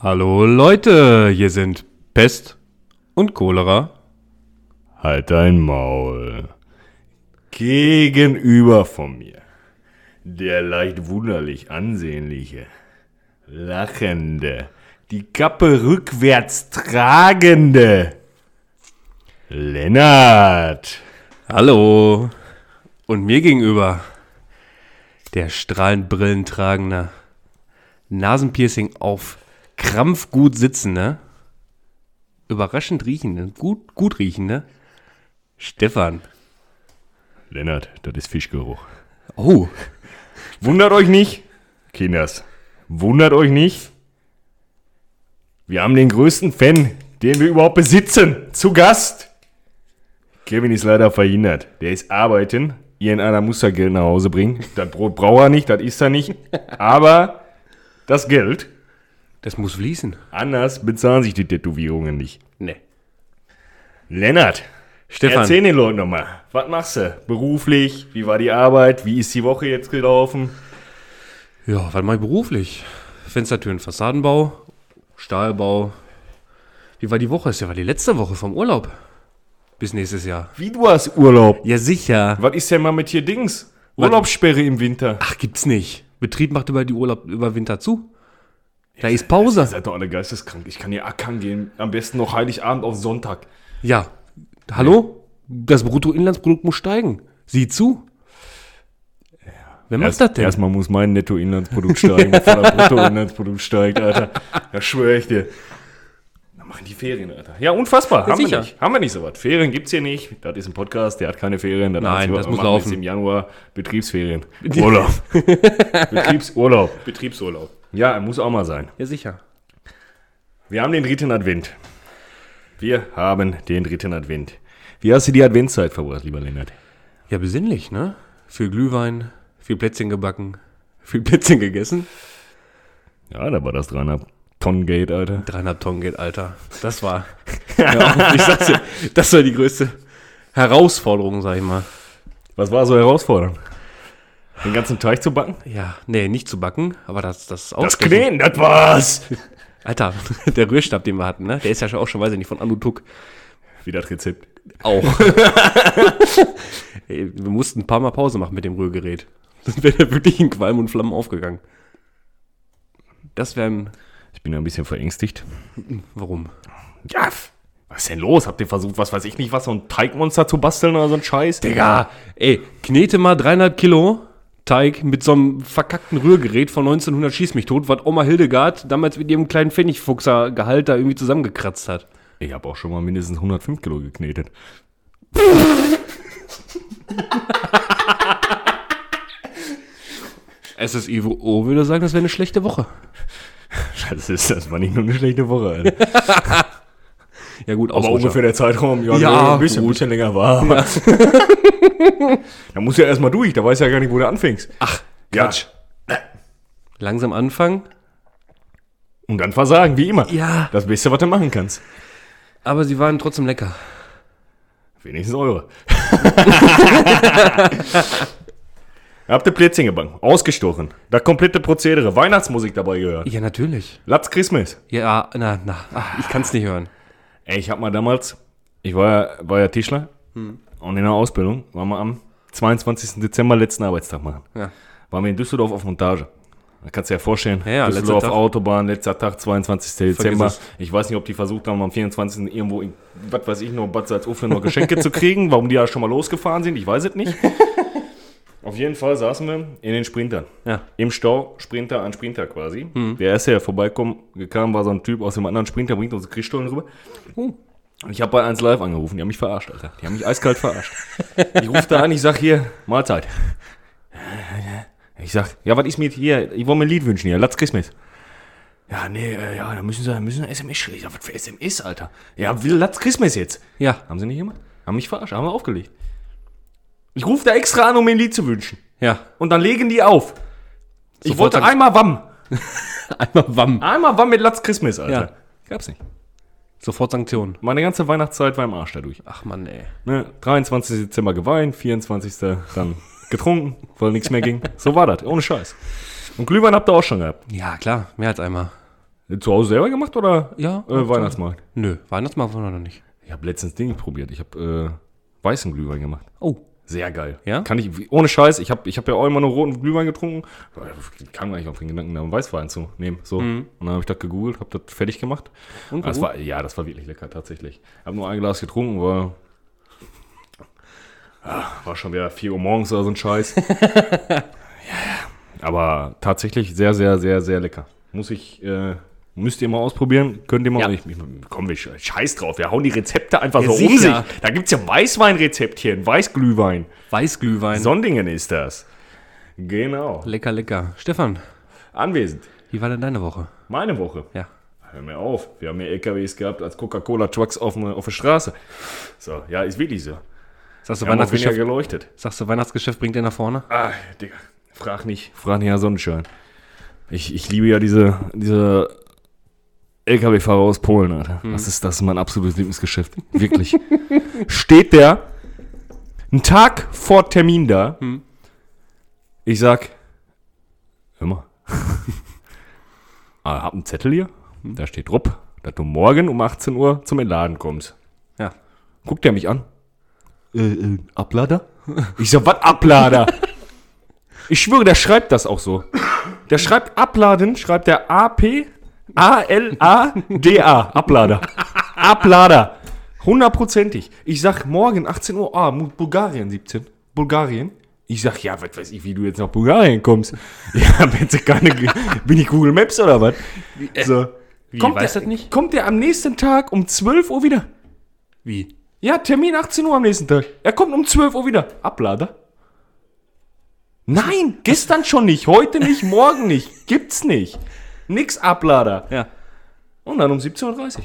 Hallo Leute, hier sind Pest und Cholera. Halt dein Maul. Gegenüber von mir. Der leicht wunderlich ansehnliche, lachende, die Kappe rückwärts tragende. Lennart. Hallo. Und mir gegenüber der strahlend brillentragende, Nasenpiercing auf Krampf gut sitzende, überraschend riechende, gut, gut riechende Stefan. Lennart, das ist Fischgeruch. Oh, Wundert euch nicht, Kinders. Wundert euch nicht. Wir haben den größten Fan, den wir überhaupt besitzen, zu Gast. Kevin ist leider verhindert. Der ist arbeiten. Ihr in einer muss das Geld nach Hause bringen. Das Brot braucht er nicht, das isst er nicht. Aber das Geld, das muss fließen. anders bezahlen sich die Tätowierungen nicht. Nee. Lennart, Stefan, erzähl den Leuten nochmal. Was machst du? Beruflich? Wie war die Arbeit? Wie ist die Woche jetzt gelaufen? ja, was mache ich beruflich? Fenstertüren, Fassadenbau, Stahlbau. Wie war die Woche? Ist ja war die letzte Woche vom Urlaub. Bis nächstes Jahr. Wie du hast Urlaub? Ja, sicher. Was ist denn mal mit hier Dings? Urlaubssperre im Winter. Ach, gibt's nicht. Betrieb macht über die Urlaub über Winter zu. Da ist Pause. Seid doch alle geisteskrank. Ich kann hier ackern gehen. Am besten noch Heiligabend auf Sonntag. Ja. Hallo? Das Bruttoinlandsprodukt muss steigen. Sieh zu. Wer macht das denn? Erstmal muss mein Nettoinlandsprodukt steigen, bevor das Bruttoinlandsprodukt steigt, Alter. Das schwöre ich dir. Dann machen die Ferien, Alter. Ja, unfassbar. haben, sicher. Wir nicht. haben wir nicht so was. Ferien gibt's hier nicht. Das ist ein Podcast, der hat keine Ferien. Nein, einzige, das was wir muss machen, laufen. Ist im Januar Betriebsferien. Urlaub. Betriebsurlaub. Betriebsurlaub. Ja, muss auch mal sein. Ja, sicher. Wir haben den dritten Advent. Wir haben den dritten Advent. Wie hast du die Adventszeit verbracht, lieber Lennart? Ja, besinnlich, ne? Viel Glühwein, viel Plätzchen gebacken, viel Plätzchen gegessen. Ja, da war das 300 Tonnen Gate, Alter. 300 Tonnen geht, Alter. Das war. ja, ich sag's dir, das war die größte Herausforderung, sag ich mal. Was war so herausfordernd? Den ganzen Teig zu backen? Ja, nee, nicht zu backen, aber das, das Das Aufstechen. Kneten, das war's! Alter, der Rührstab, den wir hatten, ne? Der ist ja schon- auch schon, weiß ich nicht, von Anu Tuck Wie das Rezept. auch. Ey, wir mussten ein paar Mal Pause machen mit dem Rührgerät. Sonst wäre der wirklich in Qualm und Flammen aufgegangen. Das wären. Ich bin ja ein bisschen verängstigt. Warum? Ja, f- was ist denn los? Habt ihr versucht, was weiß ich nicht, was, so ein Teigmonster zu basteln oder so ein Scheiß? Digga! Ey, knete mal dreieinhalb Kilo Teig mit so einem verkackten Rührgerät von 1900 Schieß mich tot, was Oma Hildegard damals mit ihrem kleinen Pfennigfuchser-Gehalt da irgendwie zusammengekratzt hat. Ich habe auch schon mal mindestens 105 Kilo geknetet. SSIO würde sagen, das wäre eine schlechte Woche. Das, ist, das war nicht nur eine schlechte Woche, Alter. Ja, gut, Aber Ausrutscher. ungefähr der Zeitraum, ja, Ja, nur ein bisschen, gut. bisschen länger war. Ja. da musst du ja erstmal durch, da weißt du ja gar nicht, wo du anfängst. Ach, Ja. Quatsch. Langsam anfangen, Und dann versagen, wie immer. Ja. Das Beste, was du machen kannst. aber sie waren trotzdem lecker. Wenigstens eure. Habt ihr Plätzchen gebacken, ausgestochen. Das komplette Prozedere, Weihnachtsmusik dabei gehört. Ja, natürlich. Ah. Latz Christmas. Ja, na, na, ach, ich kann's nicht hören. Ey, ich hab mal damals, ich war ja, war ja Tischler Hm. und in der Ausbildung waren wir am 22. Dezember letzten Arbeitstag machen. Ja. Waren wir in Düsseldorf auf Montage. Da kannst du dir ja vorstellen, Ja, ja, letzter Düsseldorf Tag. Autobahn, letzter Tag, 22. Dezember. es. Ich weiß nicht, ob die versucht haben, am 24. irgendwo in, was weiß ich, noch Bad Salzuflen noch Geschenke zu kriegen, warum die da schon mal losgefahren sind, ich weiß es nicht. auf jeden Fall saßen wir in den Sprintern. Ja. Im Stau, Sprinter an Sprinter quasi. Der erste, der vorbeikam, war so ein Typ aus dem anderen Sprinter, bringt uns Christstollen rüber. Oh. Und ich habe bei 1 Live angerufen, die haben mich verarscht, Alter. Die haben mich eiskalt verarscht. Ich rufe da an, ich sag hier, Mahlzeit. Ich sag, ja, was ist mit hier? Ich wollte mir ein Lied wünschen hier, Latz Christmas. Ja, nee, äh, ja, da müssen sie, da müssen sie SMS schreiben. Ich sag, was für SMS, Alter? Ja, will Latz Christmas jetzt. Ja, Haben sie nicht immer? Haben mich verarscht, haben wir aufgelegt. Ich rufe da extra an, um mir ein Lied zu wünschen. ja. Und dann legen die auf. Ich Sofort wollte Angst. einmal Wamm. Einmal Wamm. Einmal Wamm mit Latz Christmas, Alter. Ja. Gab's nicht. Sofort Sanktionen. Meine ganze Weihnachtszeit war im Arsch dadurch. Ach Mann, ey. Ne? 23. Dezember geweint, 24. dann getrunken, weil nichts mehr ging. So war das, ohne Scheiß. Und Glühwein habt ihr auch schon gehabt. Ja, klar, mehr als einmal. Zu Hause selber gemacht oder Ja. äh, Weihnachtsmarkt? Nö, Weihnachtsmarkt waren wir noch nicht. Ich habe letztens Ding probiert. Ich habe äh, weißen Glühwein gemacht. Oh. Sehr geil. Ja? Kann ich, ohne Scheiß, ich habe ich hab ja auch immer nur roten Glühwein getrunken. Ich kam gar nicht auf den Gedanken, da einen Weißwein zu nehmen. So. Und dann habe ich das gegoogelt, habe das fertig Mhm. gemacht. Ah, Und das gut? war, ja, das war wirklich lecker, tatsächlich. Habe nur ein Glas getrunken, war, ah, war schon wieder 4 Uhr morgens oder so ein Scheiß. ja, aber tatsächlich sehr, sehr, sehr, sehr lecker. Muss ich, äh, müsst ihr mal ausprobieren. Könnt ihr mal, Ja. ich, ich, komm, wir sch- scheiß drauf. Wir hauen die Rezepte einfach Ja, so um sich. sicher. Da gibt es ja Weißweinrezeptchen, Weißglühwein. Weißglühwein. Sondingen ist das. Genau. lecker, lecker. Stefan, Anwesend. wie war denn deine Woche? Meine Woche. Ja. Hör mir auf. Wir haben ja LKWs gehabt als Coca-Cola-Trucks auf, ne- auf der Straße. So, ja, ist wirklich so. Sagst du, Haben auch weniger Weihnachtsgeschäft, geleuchtet. sagst du Weihnachtsgeschäft bringt dir nach vorne? Ah, Digga. Frag nicht. Frag nicht Herr Sonnenschein. Ich, ich liebe ja diese, diese LKW-Fahrer aus Polen, Alter. Das, ist, das ist mein absolutes Lieblingsgeschäft. Wirklich. Steht der einen Tag vor Termin da. Ich sag, hör mal. ah, hab einen Zettel hier. Da steht rupp, dass du morgen um 18 Uhr zum Entladen kommst. Ja. Guckt er mich an. Äh, äh, Ablader? Ich so, was Ablader? ich schwöre, der schreibt das auch so. Der schreibt Abladen, schreibt der A-P, A-L-A-D-A. Ablader. Ablader. Hundertprozentig. Ich sag morgen 18 Uhr, ah, Mu- Bulgarien 17. Bulgarien. Ich sag, ja, was weiß ich, wie du jetzt nach Bulgarien kommst. Ja, bitte keine, bin ich Google Maps oder was? So. weiß der, das nicht? Kommt der am nächsten Tag um 12 Uhr wieder? Wie? Ja, Termin 18 Uhr am nächsten Tag. Er kommt um 12 Uhr wieder. Ablader. Nein, gestern schon nicht, heute nicht, morgen nicht. Gibt's nicht. Nix Ablader. Ja. Und dann um 17.30 Uhr.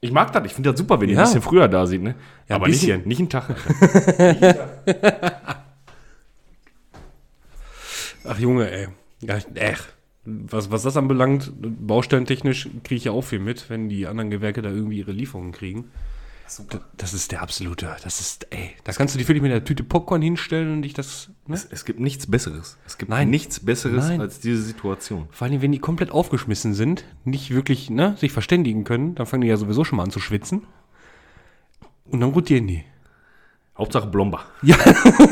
Ich mag das, ich finde das super, wenn die Ja. ein bisschen früher da sind, ne? Ja, Aber ein nicht, bisschen. nicht einen Tag. Ach Junge, ey. Ja, ich- äh. Was, was das anbelangt, baustellentechnisch kriege ich ja auch viel mit, wenn die anderen Gewerke da irgendwie ihre Lieferungen kriegen. D- Das ist der absolute, das ist, ey, da kannst du dich wirklich mit einer Tüte Popcorn hinstellen und dich das, ne? Es, es gibt nichts Besseres. Es gibt Nein. nichts Besseres Nein. als diese Situation. Vor allem, wenn die komplett aufgeschmissen sind, nicht wirklich, ne, sich verständigen können, dann fangen die ja sowieso schon mal an zu schwitzen. Und dann rotieren die. Hauptsache Blomba. Ja.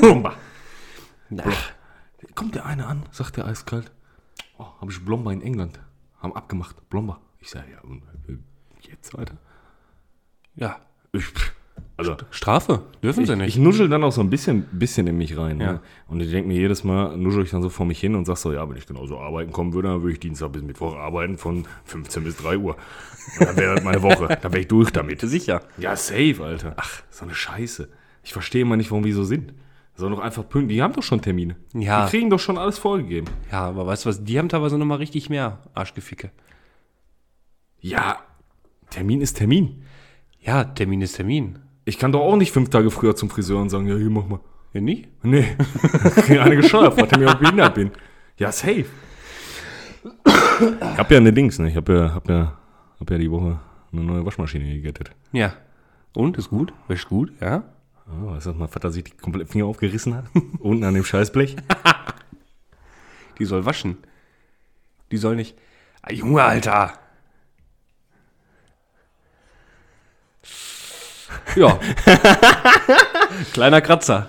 Blomba. Na. Kommt der eine an, sagt der eiskalt. Oh, habe ich Blomba in England. Haben abgemacht. Blomba. Ich sage, ja, und äh, jetzt weiter. Ja. Ich, pff, also, Strafe. Dürfen ich, sie nicht. ich nuschel dann auch so ein bisschen, bisschen in mich rein. Ja. Ne? Und ich denke mir jedes Mal, nuschel ich dann so vor mich hin und sag so, ja, wenn ich genauso arbeiten kommen würde, dann würde ich Dienstag bis Mittwoch arbeiten von 15 bis 3 Uhr. Und dann wäre das meine Woche. Dann wäre ich durch damit. sicher. Ja, safe, Alter. Ach, so eine Scheiße. Ich verstehe mal nicht, warum die so sind. Sollen doch einfach pünktlich. Die haben doch schon Termine. Ja. Die kriegen doch schon alles vorgegeben. Ja, aber weißt du was, die haben teilweise nochmal richtig mehr Arschgeficke. Ja, Termin ist Termin. Ja, Termin ist Termin. Ich kann doch auch nicht fünf Tage früher zum Friseur und sagen, ja, hier mach mal. Ja, nicht? Nee, kriegen eine gescheuert, weil ich mir auch behindert bin. Ja, safe. Ich hab ja eine Dings, ne? Ich hab ja, hab ja, hab ja die Woche eine neue Waschmaschine gegettet. Ja. Und, ist gut? Wäscht gut, ja? Oh, weißt du, dass mein Vater sich die kompletten Finger aufgerissen hat? Unten an dem Scheißblech? Die soll waschen. Die soll nicht... Ah, Junge, Alter! Ja. Kleiner Kratzer.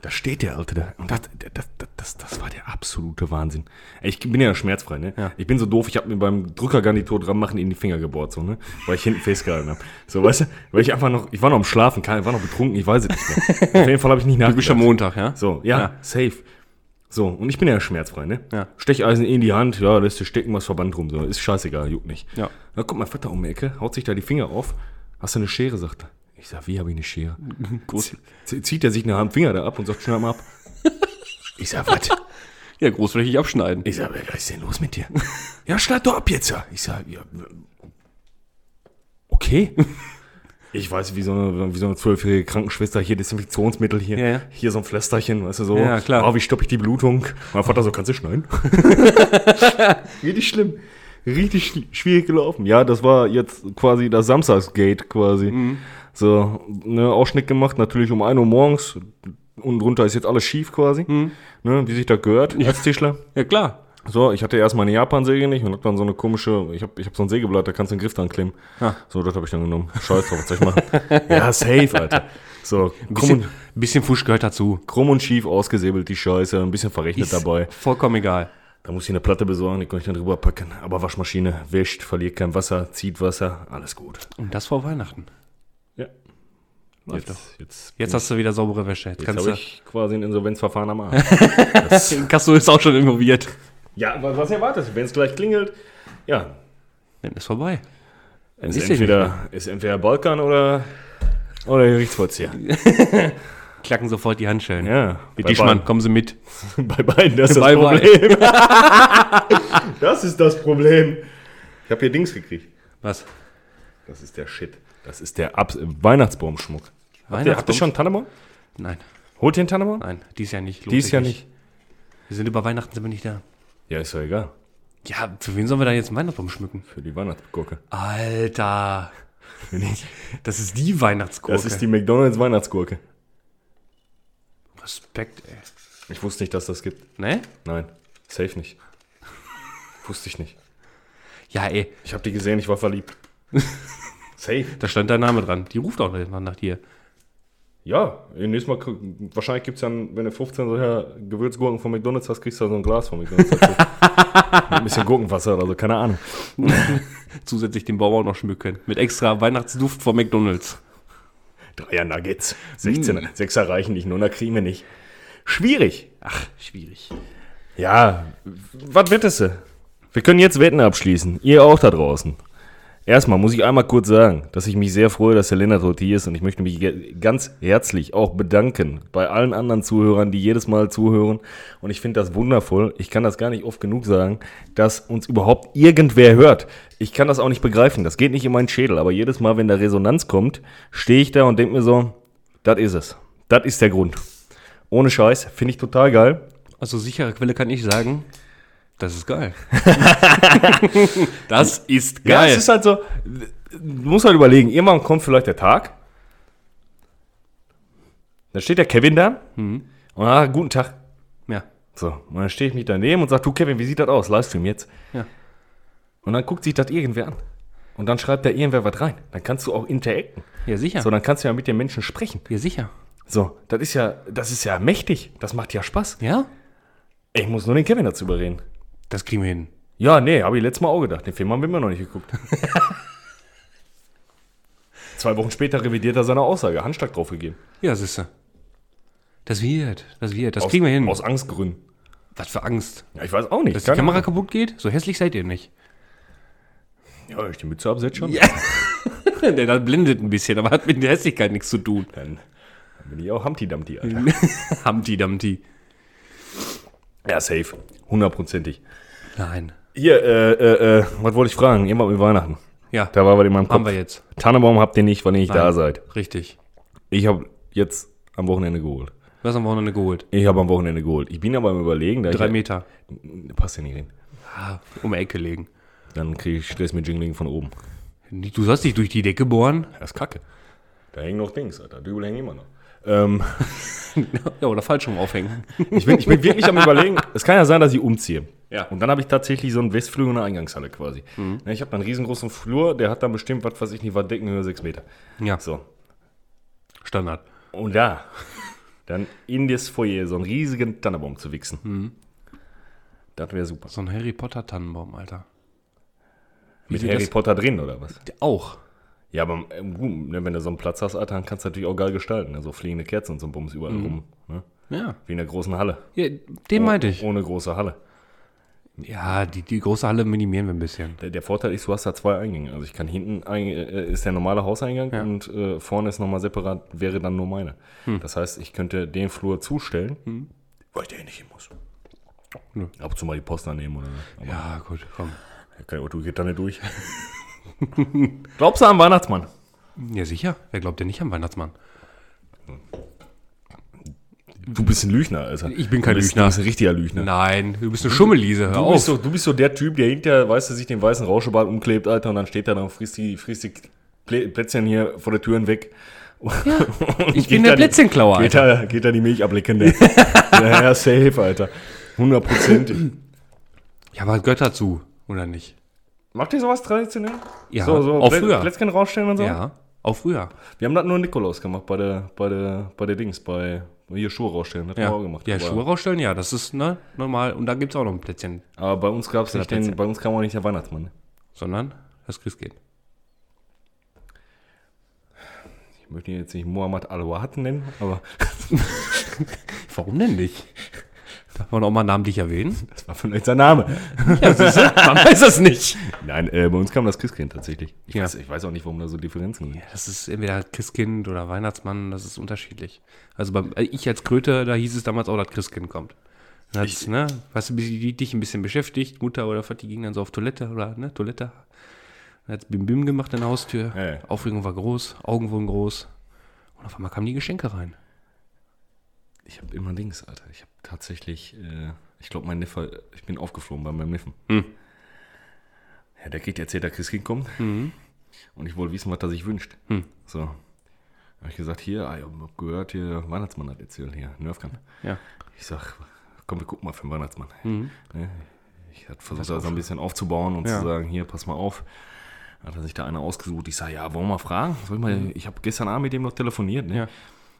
Da steht der Alte da. Und das, das, das, das, das war der absolute Wahnsinn. Ey, Ich bin ja schmerzfrei, ne? Ja. Ich bin so doof, ich habe mir beim Drückergarnitur dran machen in die Finger gebohrt, so, ne? Weil ich hinten festgehalten habe. So, weißt du? Weil ich einfach noch, ich war noch am Schlafen, keine- ich war noch betrunken, ich weiß es nicht mehr. Auf jeden Fall habe ich nicht Bist am nachgedacht. Montag, ja? So, ja, Ja. safe. So, und ich bin ja schmerzfrei, ne? Ja. Stecheisen in die Hand, ja, lässt du stecken, was Verband rum, so. Ist scheißegal, juckt nicht. Ja. Da kommt mein Vater um die Ecke, haut sich da die Finger auf. Hast du eine Schere, sagt er. Ich sag, wie habe ich eine Schere? Groß, Z- Zieht er sich einen halben Finger da ab und sagt, schneid mal ab. Ich sag, was? ja, großflächig abschneiden. Ich sag, was ist denn los mit dir? Ja, schneid doch ab jetzt, ja. Ich sag, ja, w- okay. Ich weiß, wie so eine, wie so eine zwölfjährige Krankenschwester hier Desinfektionsmittel hier, Ja, ja. hier so ein Pflästerchen, weißt du so. Ja, klar. Oh, wie stopp ich die Blutung? Mein Vater so, kannst du schneiden? Richtig schlimm. Richtig schli- schwierig gelaufen. Ja, das war jetzt quasi das Samstagsgate quasi. So, ne, Ausschnitt gemacht, natürlich um 1 Uhr Mhm. morgens. Unten drunter ist jetzt alles schief quasi. Ne, wie sich da gehört, Erztischler. Ja, klar. So, ich hatte erst meine Japan-Säge nicht und hab dann so eine komische, ich hab, ich hab so ein Sägeblatt, da kannst du den Griff dran klemmen. Ah. So, das habe ich dann genommen. Scheiß drauf, was soll ich machen? ja, safe, Alter. So, krumm Bisschen, und, bisschen Fusch gehört dazu. krumm und schief ausgesäbelt, die Scheiße, ein bisschen verrechnet dabei. vollkommen egal. Da muss ich eine Platte besorgen, die kann ich dann drüber packen. Aber Waschmaschine wäscht, verliert kein Wasser, zieht Wasser, alles gut. Und das vor Weihnachten. Ja. Läuft doch. jetzt, jetzt, Jetzt hast du wieder saubere Wäsche. Jetzt jetzt kannst habe du. ich quasi ein Insolvenzverfahren am Arsch. Kasso ist auch schon involviert. ja, was, was erwartest du? Wenn es gleich klingelt, ja. Dann ist vorbei. Ist, ist ja ist, nicht ne? entweder, ist entweder Balkan oder, oder Gerichtsvollzieher. Klacken sofort die Handschellen. Ja. Mit bei Tischmann, kommen Sie mit. beiden. Bei beiden, das ist Bei das Problem. das ist das Problem. Ich habe hier Dings gekriegt. Was? Das ist der Shit. Das ist der Abs Weihnachtsbaumschmuck. Habt ihr, habt ihr Weihnachtsbaum? schon einen Tannenbaum? Nein, Holt ihr einen Tannenbaum? nein, dies Jahr nicht. Lohnt Dies sich Jahr nicht. Wir sind über Weihnachten sind wir nicht da. Ja, ist doch egal. Ja, für wen sollen wir da jetzt einen Weihnachtsbaum schmücken? Für die Weihnachtsgurke. Alter. Das ist die Weihnachtsgurke. Das ist die McDonalds Weihnachtsgurke. Respekt, ey. Ich wusste nicht, dass das gibt. Ne? Nein, safe nicht. wusste ich nicht. Ja, ey, Ich habe die gesehen, ich war verliebt. safe. da stand dein Name dran. Die ruft auch mal nach dir. Ja, nächstes Mal, krieg- wahrscheinlich gibt's dann, wenn du 15 solcher Gewürzgurken von McDonalds hast, kriegst du da so ein Glas von McDonalds dazu. Mit ein bisschen Gurkenwasser oder so, keine Ahnung. Zusätzlich den Baum auch noch schmücken. Mit extra Weihnachtsduft von McDonalds. Dreier Nuggets, 16, mm. 6 erreichen nicht, nur da kriegen wir nicht. Schwierig. Ach, schwierig. Ja, was wettest du? Wir können jetzt Wetten abschließen. Ihr auch da draußen. Erstmal muss ich einmal kurz sagen, dass ich mich sehr freue, dass der Lennart heute hier ist und ich möchte mich ge- ganz herzlich auch bedanken bei allen anderen Zuhörern, die jedes Mal zuhören. Und ich finde das wundervoll. Ich kann das gar nicht oft genug sagen, dass uns überhaupt irgendwer hört. Ich kann das auch nicht begreifen. Das geht nicht in meinen Schädel. Aber jedes Mal, wenn da Resonanz kommt, stehe ich da und denke mir so, das ist es. Das ist der Grund. Ohne Scheiß, finde ich total geil. Also sichere Quelle kann ich sagen, das ist geil. das ist Ja, geil. es ist halt so, du musst halt überlegen, irgendwann kommt vielleicht der Tag, dann steht der Kevin da Mhm. und ah, guten Tag. ja. So, und dann stehe ich mich daneben und sage, du Kevin, wie sieht das aus? Livestream jetzt. Ja. Und dann guckt sich das irgendwer an. Und dann schreibt da irgendwer was rein. Dann kannst du auch interacten. ja, sicher. So, dann kannst du ja mit den Menschen sprechen. ja, sicher. So, das ist ja, das ist ja mächtig. Das macht ja Spaß. Ja, Ich muss nur den Kevin dazu überreden. das kriegen wir hin. Ja, nee, habe ich letztes Mal auch gedacht. Den Film haben wir immer noch nicht geguckt. Zwei Wochen später revidiert er seine Aussage. Handschlag draufgegeben. Ja, siehste. Das wird, das wird, das Aus- kriegen wir hin. Aus Angstgründen. Was für Angst. Ja, ich weiß auch nicht. Dass die Kamera kaputt geht? So hässlich seid ihr nicht. ja, wenn ich die Mütze absetze schon. Der da blendet ein bisschen, aber hat mit der Hässlichkeit nichts zu tun. Dann, dann bin ich auch Humpty Dumpty, Alter. Hamti Damti. Ja, safe. Hundertprozentig. Nein. Hier, äh, äh, äh, was wollte ich fragen? Irgendwann mit Weihnachten. Ja, Da war was in meinem haben Kopf. wir jetzt. Tannenbaum habt ihr nicht, weil ihr nicht da seid. Richtig. Ich habe jetzt am Wochenende geholt. Was haben wir Wochenende geholt? Ich habe am Wochenende geholt. Ich bin aber am überlegen, da Drei ich... Meter. Passt ja nicht rein. Ah, um die Ecke legen. Dann kriege ich Stress mit Jingling von oben. Du sollst dich durch die Decke bohren? Das ist kacke. Da hängen noch Dings, Alter. Dübel hängen immer noch. Ähm, Ja, oder falsch rum aufhängen. ich, bin, ich bin wirklich am überlegen, es kann ja sein, dass ich umziehe. Ja. Mhm. Und dann habe ich tatsächlich so einen Westflügel und eine Eingangshalle quasi. Ne, Ich habe einen riesengroßen Flur, der hat dann bestimmt, was weiß ich nicht, was Deckenhöhe, sechs Meter. Ja, So. Standard. Und da, dann in das Foyer so einen riesigen Tannenbaum zu wichsen. Mhm. Das wäre super. So ein Harry Potter Tannenbaum, Alter. Mit sieht Harry das- Potter drin oder was? Auch. Ja, aber ähm, gut, ne, wenn du so einen Platz hast, Alter, dann kannst du natürlich auch geil gestalten. Ne? So fliegende Kerzen und so ein Bums überall Mhm. rum. Ne? Ja. Wie in der großen Halle. ja den meinte ich. Ohne große Halle. Ja, die, die große Halle minimieren wir ein bisschen. Der, der Vorteil ist, du hast da zwei Eingänge. Also ich kann hinten ein, äh, ist der normale Hauseingang und äh, vorne ist nochmal separat, wäre dann nur meine. Hm. Das heißt, ich könnte den Flur zustellen, weil ich da eh nicht hin muss. Nö. Ab und zu mal die Post annehmen oder so. Aber Ja, gut, komm. kein Auto geht da nicht durch. Glaubst du an Weihnachtsmann? Ja, sicher. Wer glaubt denn nicht am Weihnachtsmann? Du bist ein Lüchner, Alter. Ich bin kein du bist, Lüchner. Du bist ein richtiger Lüchner. Nein, du bist eine Schummelliese, hör Du bist, auf. so, du bist so der Typ, der hinterher, weißt du, sich den weißen Rauschebart umklebt, Alter, und dann steht er da und frisst die, frisst die Plä- Plätzchen hier vor der Türen weg. Ich Geht bin der da die- Plätzchenklauer, Geht Alter. da, geht da die Milch ablecken, der. ja, ja, safe, Alter. Hundertprozentig. Ja, aber es gehört dazu, oder nicht? Macht ihr sowas traditionell? Ja, so, so auch Plä- früher. Plätzchen rausstellen und so? Ja, auch früher. Wir haben das nur Nikolaus gemacht bei der, bei der, bei der Dings, bei hier Schuhe rausstellen. Das Ja, haben wir auch gemacht. ja aber, Schuhe rausstellen, ja, das ist ne, normal. Und da gibt es auch noch ein Plätzchen, aber bei uns gab's nicht den, Plätzchen. bei uns kam auch nicht der Weihnachtsmann. sondern das Christkind. Ich möchte ihn jetzt nicht Muhammad Al-Wahad nennen, aber Warum denn nicht? Darf man auch mal namentlich erwähnen? das war vielleicht sein Name. Ja, siehst du, man weiß das nicht. Nein, äh, bei uns kam das Christkind tatsächlich. Ich, Ja. weiß, ich weiß auch nicht, warum da so Differenzen sind. Das ist entweder halt Christkind oder Weihnachtsmann, das ist unterschiedlich. Also beim, äh, ich als Kröte, da hieß es damals auch, dass Christkind kommt. Dann hat's, ne, hast du bi- dich ein bisschen beschäftigt, Mutter oder Vati ging dann so auf Toilette oder ne, Toilette. Dann hat's Bim Bim gemacht in der Haustür. Ja, ja. Aufregung war groß, Augen wurden groß. Und auf einmal kamen die Geschenke rein. Ich habe immer Dings, Alter. Ich habe tatsächlich, äh, ich glaube, mein Neffe, ich bin aufgeflogen bei meinem Neffen. Ja, der kriegt erzählt, der Christkind kommt. Und ich wollte wissen, was er sich wünscht. So. Habe ich gesagt, hier, ah, ich hab gehört, hier, Weihnachtsmann hat erzählt, hier, Nerfkamp. Ja. Ich sag, komm, wir gucken mal für den Weihnachtsmann. Mhm. Ne? Ich hab versucht, das so ein bisschen aufzubauen und Ja. zu sagen, hier, pass mal auf. Hat er sich da einer ausgesucht. Ich sag, ja, wollen wir mal fragen? Soll ich mal, ich habe gestern Abend mit dem noch telefoniert, ne? Mhm. Ja.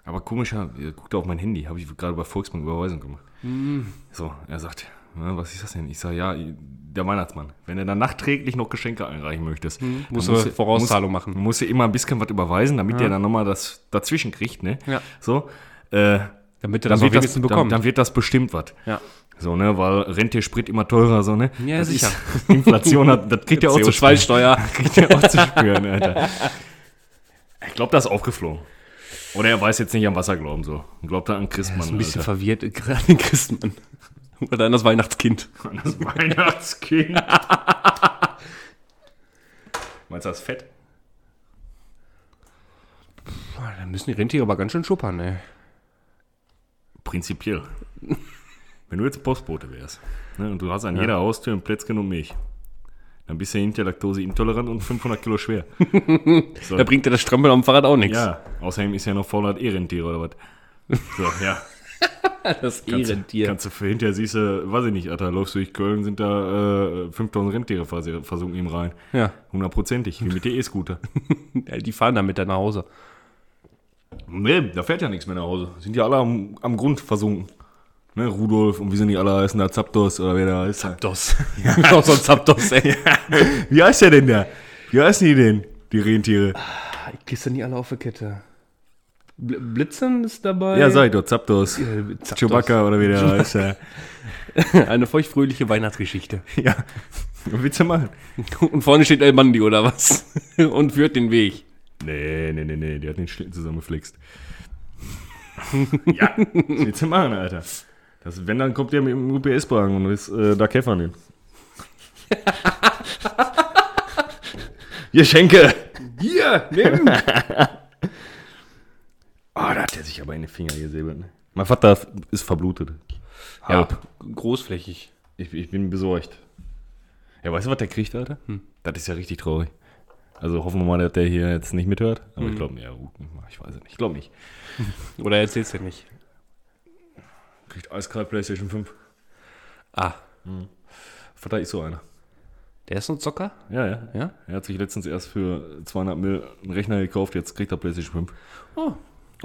Aber komischer, er guckte auf mein Handy, habe ich gerade bei Volksbank Überweisung gemacht. Mhm. So, er sagt, ne, was ist das denn? Ich sage, ja, der Weihnachtsmann. Wenn du dann nachträglich noch Geschenke einreichen möchtest, dann Musst du Mhm. Vorauszahlung machen. Musst du immer ein bisschen was überweisen, damit der dann nochmal das dazwischen kriegt, ne? Ja. So, äh, Damit du dann das auch wird das, wenigstens dann, bekommt. dann wird das bestimmt was. ja. So, ne, weil Rente, Sprit immer teurer, so, ne? Ja, das sicher. Ist, Inflation hat, das kriegt ja auch zu spüren. Schweißsteuer. Kriegt ja auch zu spüren, Alter. Ich glaube, das ist aufgeflogen. Oder er weiß jetzt nicht am Wasser glauben, so. Und Glaubt da an Christmann, Das ist ein bisschen Alter. verwirrt, äh, gerade den Christmann. Oder an das Weihnachtskind. An das Weihnachtskind. Meinst du das Fett? Boah, Da müssen die Rentiere aber ganz schön schuppern, ey. Prinzipiell. Wenn du jetzt Postbote wärst ne, und du hast an jeder Haustür ein Plätzchen und Milch, dann bist du hinter Laktose intolerant und 500 Kilo schwer. Da bringt dir das Strampeln am Fahrrad auch nichts. Ja, außerdem ist ja noch 400 E-Rentiere oder was. So, ja. das Kannst, kannst du für hinterher siehst du, weiß ich nicht, Alter, läufst du durch Köln, sind da äh, 5000 Rentiere vers- versunken ihm rein. Ja. Hundertprozentig, wie mit E der E-Scooter. ja, die fahren damit dann nach Hause. Nee, da fährt ja nichts mehr nach Hause. Sind ja alle am, am Grund versunken. Ne, Rudolf und wie sind die alle heißen da? Zapdos oder wer da heißt. Zapdos. Ja. auch so ein Zapdos, ey. Wie heißt der denn da? Wie heißen die denn, die Rentiere? Ah, Ich kriegst du nie alle auf die Kette. Bl Blitzen ist dabei. Ja, sag ich doch, Zapdos. Äh, Zapdos. Chewbacca oder wie der heißt. Ja. Eine feuchtfröhliche Weihnachtsgeschichte. ja. Willst du machen? Und vorne steht El Mandi oder was? Und führt den Weg. Nee, nee, nee, nee, der hat den Schlitten zusammengeflext. ja, was willst du machen, Alter? Das, wenn, dann kommt der mit dem UPS-Wagen und ist äh, da Käfer hin. Geschenke! Hier, nimm! Ah, da hat der sich aber in den Finger gesäbelt. Ne? Mein Vater ist verblutet. Halb. großflächig. Ich, ich bin besorgt. Ja, weißt du, was der kriegt, Alter? Das ist ja richtig traurig. Also hoffen wir mal, dass der hier jetzt nicht mithört. Aber ich glaube, ja, gut, ich weiß es nicht. Ich glaube nicht. Oder erzählst du nicht? Kriegt eiskalt PlayStation 5. Ah, Vater ist so einer. der ist ein Zocker? Ja, ja. Ja? Er hat sich letztens erst für 200 Mill einen Rechner gekauft, jetzt kriegt er PlayStation 5. Oh,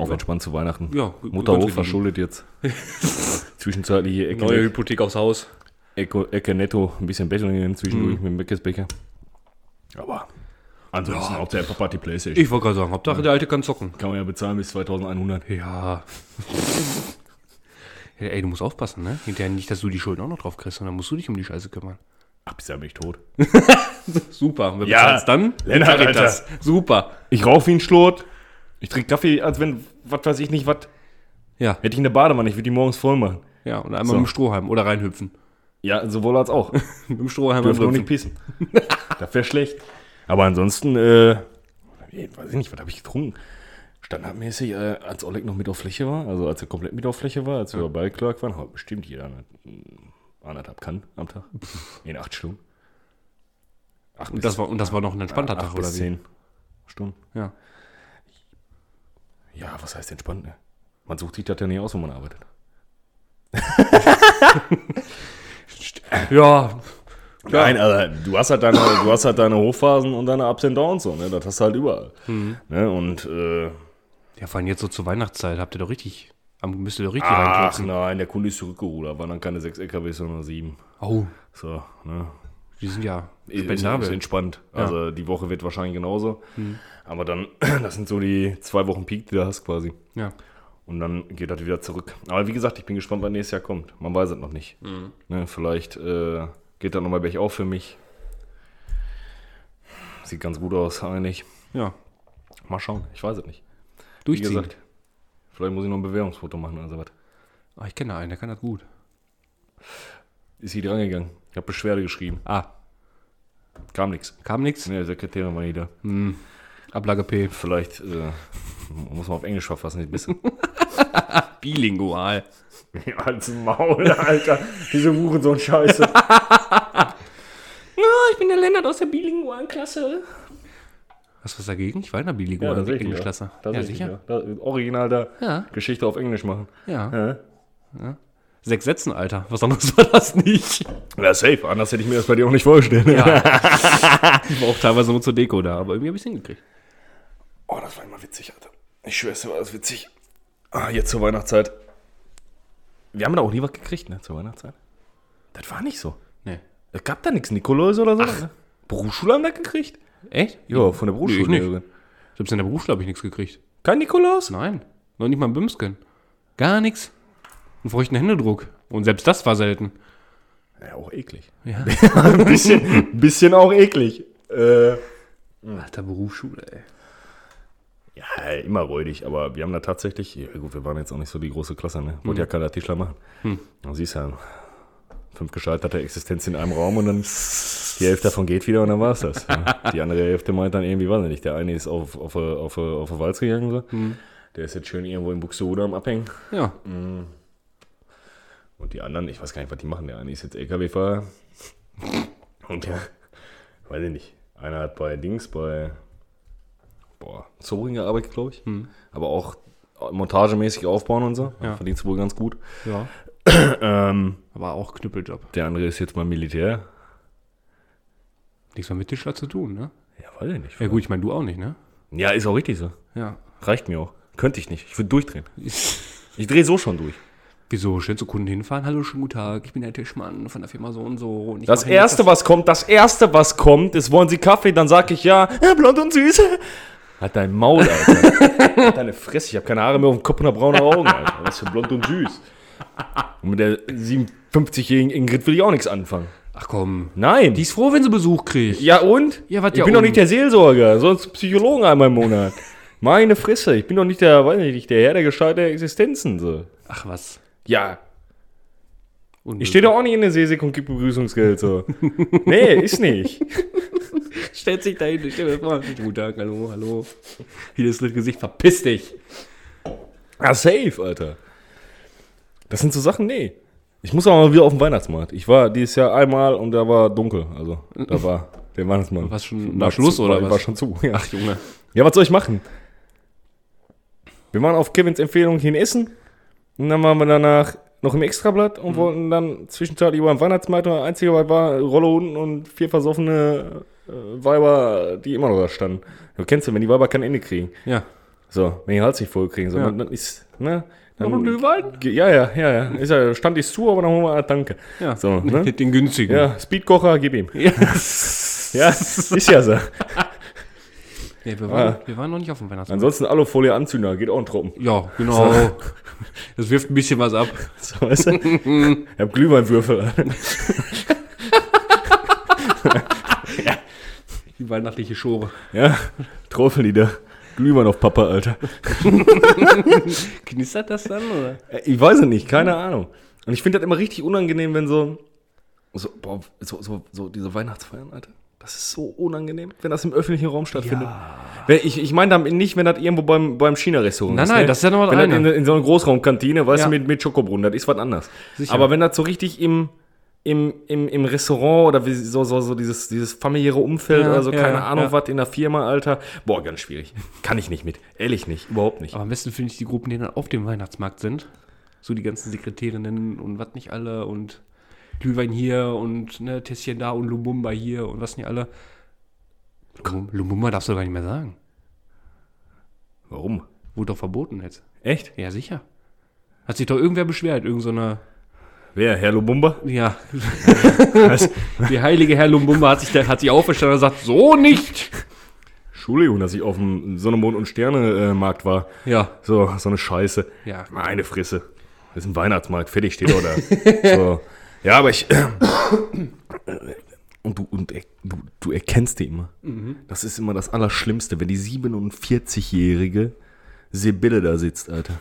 Auch entspannt zu Weihnachten. Ja, gut, Mutter ganz hoch richtig. verschuldet jetzt. Zwischenzeitlich hier Ecke, neue Hypothek aufs Haus. Ecke, Ecke netto, ein bisschen betteln gehen zwischendurch mit dem Beckesbecher. Aber ansonsten, ja. Hauptsache, Papa hat die PlayStation. Ich wollte gerade sagen, Hauptsache der Alte kann zocken. Kann man ja bezahlen bis 2100. Ja. Ja, Ey, du musst aufpassen, ne? Hinterher nicht, dass du die Schulden auch noch drauf kriegst, sondern musst du dich um die Scheiße kümmern. Ach, bist ja mich tot. Super. Und wenn Ja, bezahlst dann? Lennart, Caritas. Super. Ich rauche wie ein Schlot. Ich trinke Kaffee, als wenn, was weiß ich nicht, was. Ja, Hätte ich eine Badewanne, ich würde die morgens voll machen. ja. Und einmal So. mit dem Strohhalm oder reinhüpfen. Ja, sowohl als auch. Dürfen Mit dem Strohhalm nur nicht reinhüpfen. pissen. das wäre schlecht. Aber ansonsten, äh, weiß ich nicht, was habe ich getrunken? Standardmäßig, äh, als Oleg noch mit auf Fläche war, also als er komplett mit auf Fläche war, als wir bei Clark waren, hat bestimmt jeder eine- mm, anderthalb kann am Tag. In acht Stunden. Acht Und das, war, und das war noch ein entspannter acht Tag, bis oder wie? zehn Stunden. Ja. Ja, was heißt entspannt, ne? Man sucht sich das ja nicht aus, wenn man arbeitet. ja, Nein, aber du hast halt deine, du hast halt deine Hochphasen und deine Ups and Downs, so, ne? Das hast du halt überall. Mhm. Ne? Und äh, Ja, vor allem jetzt so zur Weihnachtszeit habt ihr doch richtig, am- müsst ihr doch richtig ach reinklotzen. nein, der Kunde ist zurückgerudert, waren dann keine sechs LKWs, sondern sieben. Oh, So, ne? die sind ja Ist, ist spendabel. entspannt. Hm. Also die Woche wird wahrscheinlich genauso. Aber dann, das sind so die zwei Wochen Peak, die du hast quasi. Ja. Und dann geht das wieder zurück. Aber wie gesagt, ich bin gespannt, wann nächstes Jahr kommt. Man weiß es noch nicht. Ne, vielleicht äh, geht da nochmal bergauf für mich. Sieht ganz gut aus, eigentlich. ja, Mal schauen, ich weiß es nicht. Wie durchziehen. gesagt, vielleicht muss ich noch ein Bewährungsfoto machen oder sowas. Ah, ich kenne da einen, der kann das gut. Ist sie drangegangen. Ich habe Beschwerde geschrieben. Ah, Kam nichts. kam nichts? Ne, Sekretärin war nicht da. Ablage P. Vielleicht äh, muss man auf Englisch verfassen, ein bisschen. Bilingual. Als Maul, Alter. Diese Hurensohn-Scheiße. ich bin der Lennart aus der bilingualen Klasse. Hast du was dagegen? Ich war in der bilingualen Englischklasse. Ja, sicher. original da. Ja. Geschichte auf Englisch machen. Ja. Ja. Sechs Sätzen, Alter. Was anderes war das nicht. Ja, safe. Anders hätte ich mir das bei dir auch nicht vorgestellt. ne? Ich war auch teilweise nur zur Deko da, aber irgendwie habe ich es hingekriegt. Oh, das war immer witzig, Alter. Ich schwör's, dir, war das witzig. Ah, jetzt zur Weihnachtszeit. Wir haben da auch nie was gekriegt, ne, zur Weihnachtszeit. Das war nicht so. Nee. Es gab da nichts, Nikolaus oder so. ne? Berufsschule haben da gekriegt? Echt? Ja, von der Nee, Berufsschule. Selbst in der Berufsschule habe ich nichts gekriegt. Kein Nikolaus? Nein. Noch nicht mal ein Bümsken. Gar nichts. Einen feuchten Händedruck. Und selbst das war selten. Ja, auch eklig. Ja. Ein bisschen, bisschen auch eklig. Äh, Alter, Berufsschule, ey. ja, immer räudig, aber wir haben da tatsächlich, ja gut, wir waren jetzt auch nicht so die große Klasse, ne? Wollte ja keiner Tischler machen. Dann siehst du ja, fünf gescheiterte Existenzen in einem Raum und dann die Hälfte davon geht wieder und dann war's das. ne? Die andere Hälfte meint dann irgendwie, weiß ich nicht, der eine ist auf, auf, auf, auf, auf den Walz gegangen, so. der ist jetzt schön irgendwo in Buxtehude am Abhängen. Ja. Und die anderen, ich weiß gar nicht, was die machen. Der eine ist jetzt LKW-Fahrer. Und der, weiß ich nicht. Einer hat bei Dings, bei boah, Zoring gearbeitet, glaube ich. Aber auch montagemäßig aufbauen und so. Hm. Ja. Verdient wohl ganz gut. Ja. Ähm, Aber auch Knüppeljob. der andere ist jetzt beim Militär. Nichts mehr mit Tischler zu tun, ne? Ja, weiß ich nicht. Ja gut, ich meine, du auch nicht, ne? Ja, ist auch richtig so. Ja. Reicht mir auch. Könnte ich nicht. Ich würde durchdrehen. Ich drehe so schon durch. Wieso? Schön zu Kunden hinfahren. Hallo, schönen guten Tag. Ich bin der Tischmann von der Firma so und so. Und ich Das mache jetzt erste, was kommt, das erste, was kommt, ist, wollen Sie Kaffee? Dann sag ich ja, ja, blond und süß. Halt dein Maul, Alter. halt deine Fresse. Ich habe keine Haare mehr auf dem Kopf und hab braune Augen, Alter. Was für blond und süß. Und mit der 57-jährigen Ingrid will ich auch nichts anfangen. das- Ach komm. Nein. Die ist froh, wenn sie Besuch kriegt. ja und? Ja, was ich ja bin doch und? nicht der Seelsorger, sonst Psychologen einmal im Monat. Meine Fresse, ich bin doch nicht der, weiß ich nicht, der Herr der Gestalt der Existenzen. So. Ach was. Ja, Und ich stehe doch auch nicht in der Seesek und gib Begrüßungsgeld. So. nee, ist nicht. stellt sich da hin. Ich stell mir vor. Guten Tag, hallo, hallo. Hier ist das Gesicht. Verpiss dich. Ah, safe, Alter. Das sind so Sachen, nee. Ich muss auch mal wieder auf den Weihnachtsmarkt. Ich war dieses Jahr einmal und da war dunkel. Also, da war der Weihnachtsmann. War's schon War nach Schluss zu, oder war, was? War schon zu, ja. Ach Junge. Ja, was soll ich machen? Wir waren auf Kevins Empfehlung hin essen. Und dann waren wir danach noch im Extrablatt Mhm. und wollten dann zwischenzeitlich über den Weihnachtsmarkt. Und einziger Mal war Rollo unten und vier versoffene äh, Weiber, die immer noch da standen. Du kennst ja, wenn die Weiber kein Ende kriegen. Ja. So, wenn die Hals nicht voll kriegen, so, Ja. dann, dann ist, ne? Noch ein Glühwein? Ge- Ja, ja, ja, ja. Ist ja, stand ist zu, aber dann holen wir einen Tanke. Ja. So, ne? Den günstigen. Ja, Speedkocher, gib ihm. Ja. Ja, ist ja so. Nee, wir, waren, wir waren noch nicht auf dem Weihnachtsmarkt. Ansonsten Alufolie anzünder, geht auch ein Truppen. Ja, genau. Das wirft ein bisschen was ab. So, weißt du? Ich hab Glühweinwürfel. Die weihnachtliche Schore. Ja, Tropfenlieder. Glühwein auf Papa, Alter. Knistert das dann, oder? Äh, Ich weiß es nicht, keine Ahnung. Und ich finde das immer richtig unangenehm, wenn so, so, boah, so, so, so diese Weihnachtsfeiern, Alter. Das ist so unangenehm, wenn das im öffentlichen Raum stattfindet. Wenn, ich ich meine damit nicht, wenn das irgendwo beim, beim China-Restaurant Nein, ist. nein, ne? das ist ja noch was Wenn das in, anderes. in so einer Großraumkantine, weißt Ja. du, mit, mit Schokobrunnen, das ist was anderes. Sicher. Aber wenn das so richtig im, im, im, im Restaurant oder wie so, so, so dieses, dieses familiäre Umfeld Ja, oder so, ja, keine ja. Ahnung, was in der Firma, Alter. Boah, ganz schwierig. Kann ich nicht mit. Ehrlich nicht. Überhaupt nicht. Aber am besten finde ich die Gruppen, die dann auf dem Weihnachtsmarkt sind. So die ganzen Sekretärinnen und was nicht alle und Glühwein hier und ne, Tässchen da und Lumumba hier und was nicht alle. Lumum- Lumumba darfst du gar nicht mehr sagen. Warum? Wurde doch verboten jetzt. Echt? Ja, sicher. Hat sich doch irgendwer beschwert, irgend so eine, Wer? Herr Lubumba? ja, die heilige Herr Lumbumba hat sich, da- hat sich auferstanden und sagt, so nicht! Entschuldigung, dass ich auf dem Sonne, Mond und Sterne äh, Markt war. Ja, So, so eine Scheiße. Ja. Meine Fresse. Das ist ein Weihnachtsmarkt, fertig steht oder. so. Ja, aber ich. Und du, und er, du, du erkennst die immer. Mhm. Das ist immer das Allerschlimmste, wenn die 47-jährige Sibylle da sitzt, Alter.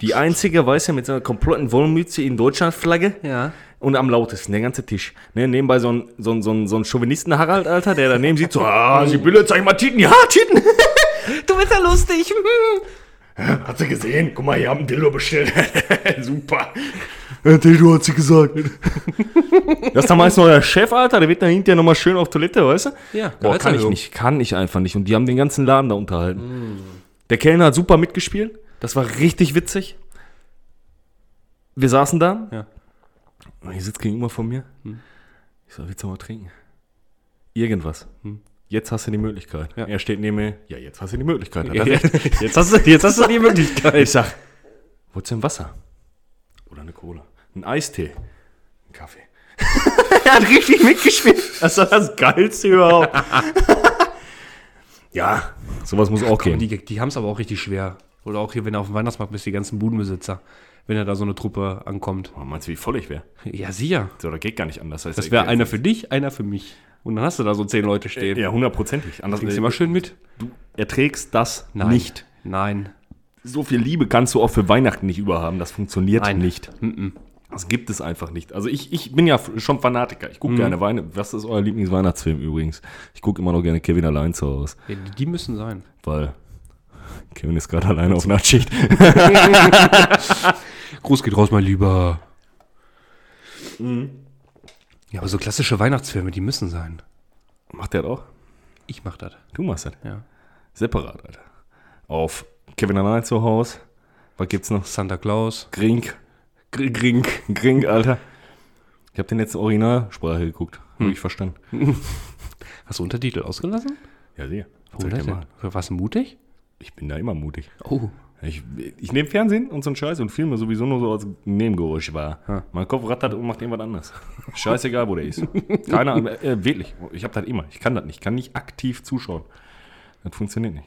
Die einzige, weißt du, mit so einer kompletten Wollmütze in Deutschlandflagge. ja. Und am lautesten, der ganze Tisch. Ne, nebenbei so ein, so ein, so ein, so ein Chauvinisten-Harald, Alter, der daneben sieht so, Mhm. ah, Sibylle, zeig mal Titten, ja, Titten. Du bist ja lustig. Hat sie gesehen? Guck mal, hier haben Dildo bestellt. Super. Ja, Äh, Dildo hat sie gesagt. das ist dann meist noch der Chef, Alter. Der wird dann hinterher nochmal schön auf Toilette, weißt du? Ja, Boah, kann ich Gehaltserhöhung. nicht. Kann ich einfach nicht. Und die haben den ganzen Laden da unterhalten. Der Kellner hat super mitgespielt. Das war richtig witzig. Wir saßen da. Ja. Hm. Und Hier sitzt gegenüber von mir. Ich sag, willst du mal trinken? Irgendwas. Jetzt hast du die Möglichkeit. Hm. Ja. Er steht neben mir. Ja, jetzt hast du die Möglichkeit. Hat er recht. Jetzt hast, du, jetzt hast du die Möglichkeit. Ich sag, wolltest du ein Wasser? Oder eine Cola? Ein Eistee? Ein Kaffee? er hat richtig mitgespielt. Das war das Geilste überhaupt. ja, sowas muss auch Komm, gehen. die die haben es aber auch richtig schwer. Oder auch hier, wenn du auf dem Weihnachtsmarkt bist, die ganzen Budenbesitzer. Wenn er da so eine Truppe ankommt. Oh, meinst du, wie voll ich wäre? Ja, sicher. So, das geht gar nicht anders. Das wäre einer für dich, einer für mich. Und dann hast du da so zehn Leute stehen. Ja, hundertprozentig. Anders Trinkst du mal schön mit? du erträgst das nicht. Nein. So viel Liebe kannst du auch für Weihnachten nicht überhaben. Das funktioniert Nein. nicht. Das gibt es einfach nicht. Also ich, ich bin ja schon Fanatiker. Ich gucke Mhm. gerne Weihnachten. Was ist euer Lieblingsweihnachtsfilm übrigens? Ich gucke immer noch gerne Kevin allein zu Hause. Ja, die- die müssen sein. weil Kevin ist gerade alleine auf Nachtschicht. Gruß geht raus, mein Lieber. Ja, aber so klassische Weihnachtsfilme, die müssen sein. Macht der das auch? Ich mach das. Du machst das. Ja. Separat, Alter. Auf Kevin allein zu Hause. Was gibt's noch? Santa Claus. Grink. Gr- Grink. Grink, Alter. Ich habe den letzten Originalsprache geguckt. Hab ich verstanden. Hast du Untertitel ausgelassen? Ja, sehe. Was soll Oder ich denn denn? machen? Warst du mutig? Ich bin da immer mutig. Oh. Ich, ich nehme Fernsehen und so einen Scheiß und Filme sowieso nur so als Nebengeräusch wahr. Mein Kopf rattert und macht irgendwas anderes. Scheißegal, wo der ist. Keine Ahnung. Äh, wirklich. Ich habe das immer. Ich kann das nicht. Ich kann nicht aktiv zuschauen. Das funktioniert nicht.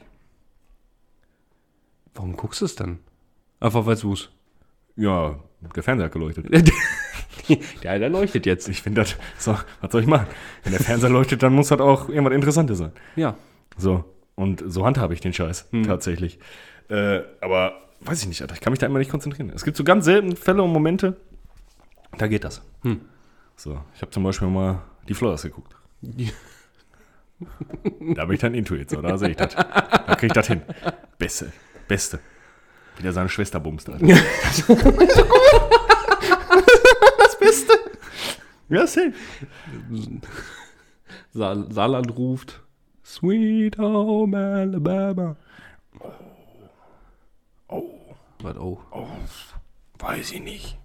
Warum guckst du es dann? Einfach weil es wuß. Ja, der Fernseher hat geleuchtet. Der, der leuchtet jetzt. Ich finde das, so, was soll ich machen? Wenn der Fernseher leuchtet, dann muss das auch irgendwas Interessantes sein. Ja. So, und so handhabe ich den Scheiß tatsächlich. Äh, aber weiß ich nicht, Alter, ich kann mich da immer nicht konzentrieren. Es gibt so ganz selten Fälle und Momente, da geht das. So, ich habe zum Beispiel mal die Flowers geguckt. Da bin ich dann into jetzt, so, da sehe ich das. Da kriege ich das hin. Beste, beste. Wie der seine Schwester bumst, Alter. das Beste. Ja, safe. Saar, Saarland ruft. Sweet Home Alabama. Oh. Was, oh. Weiß ich nicht.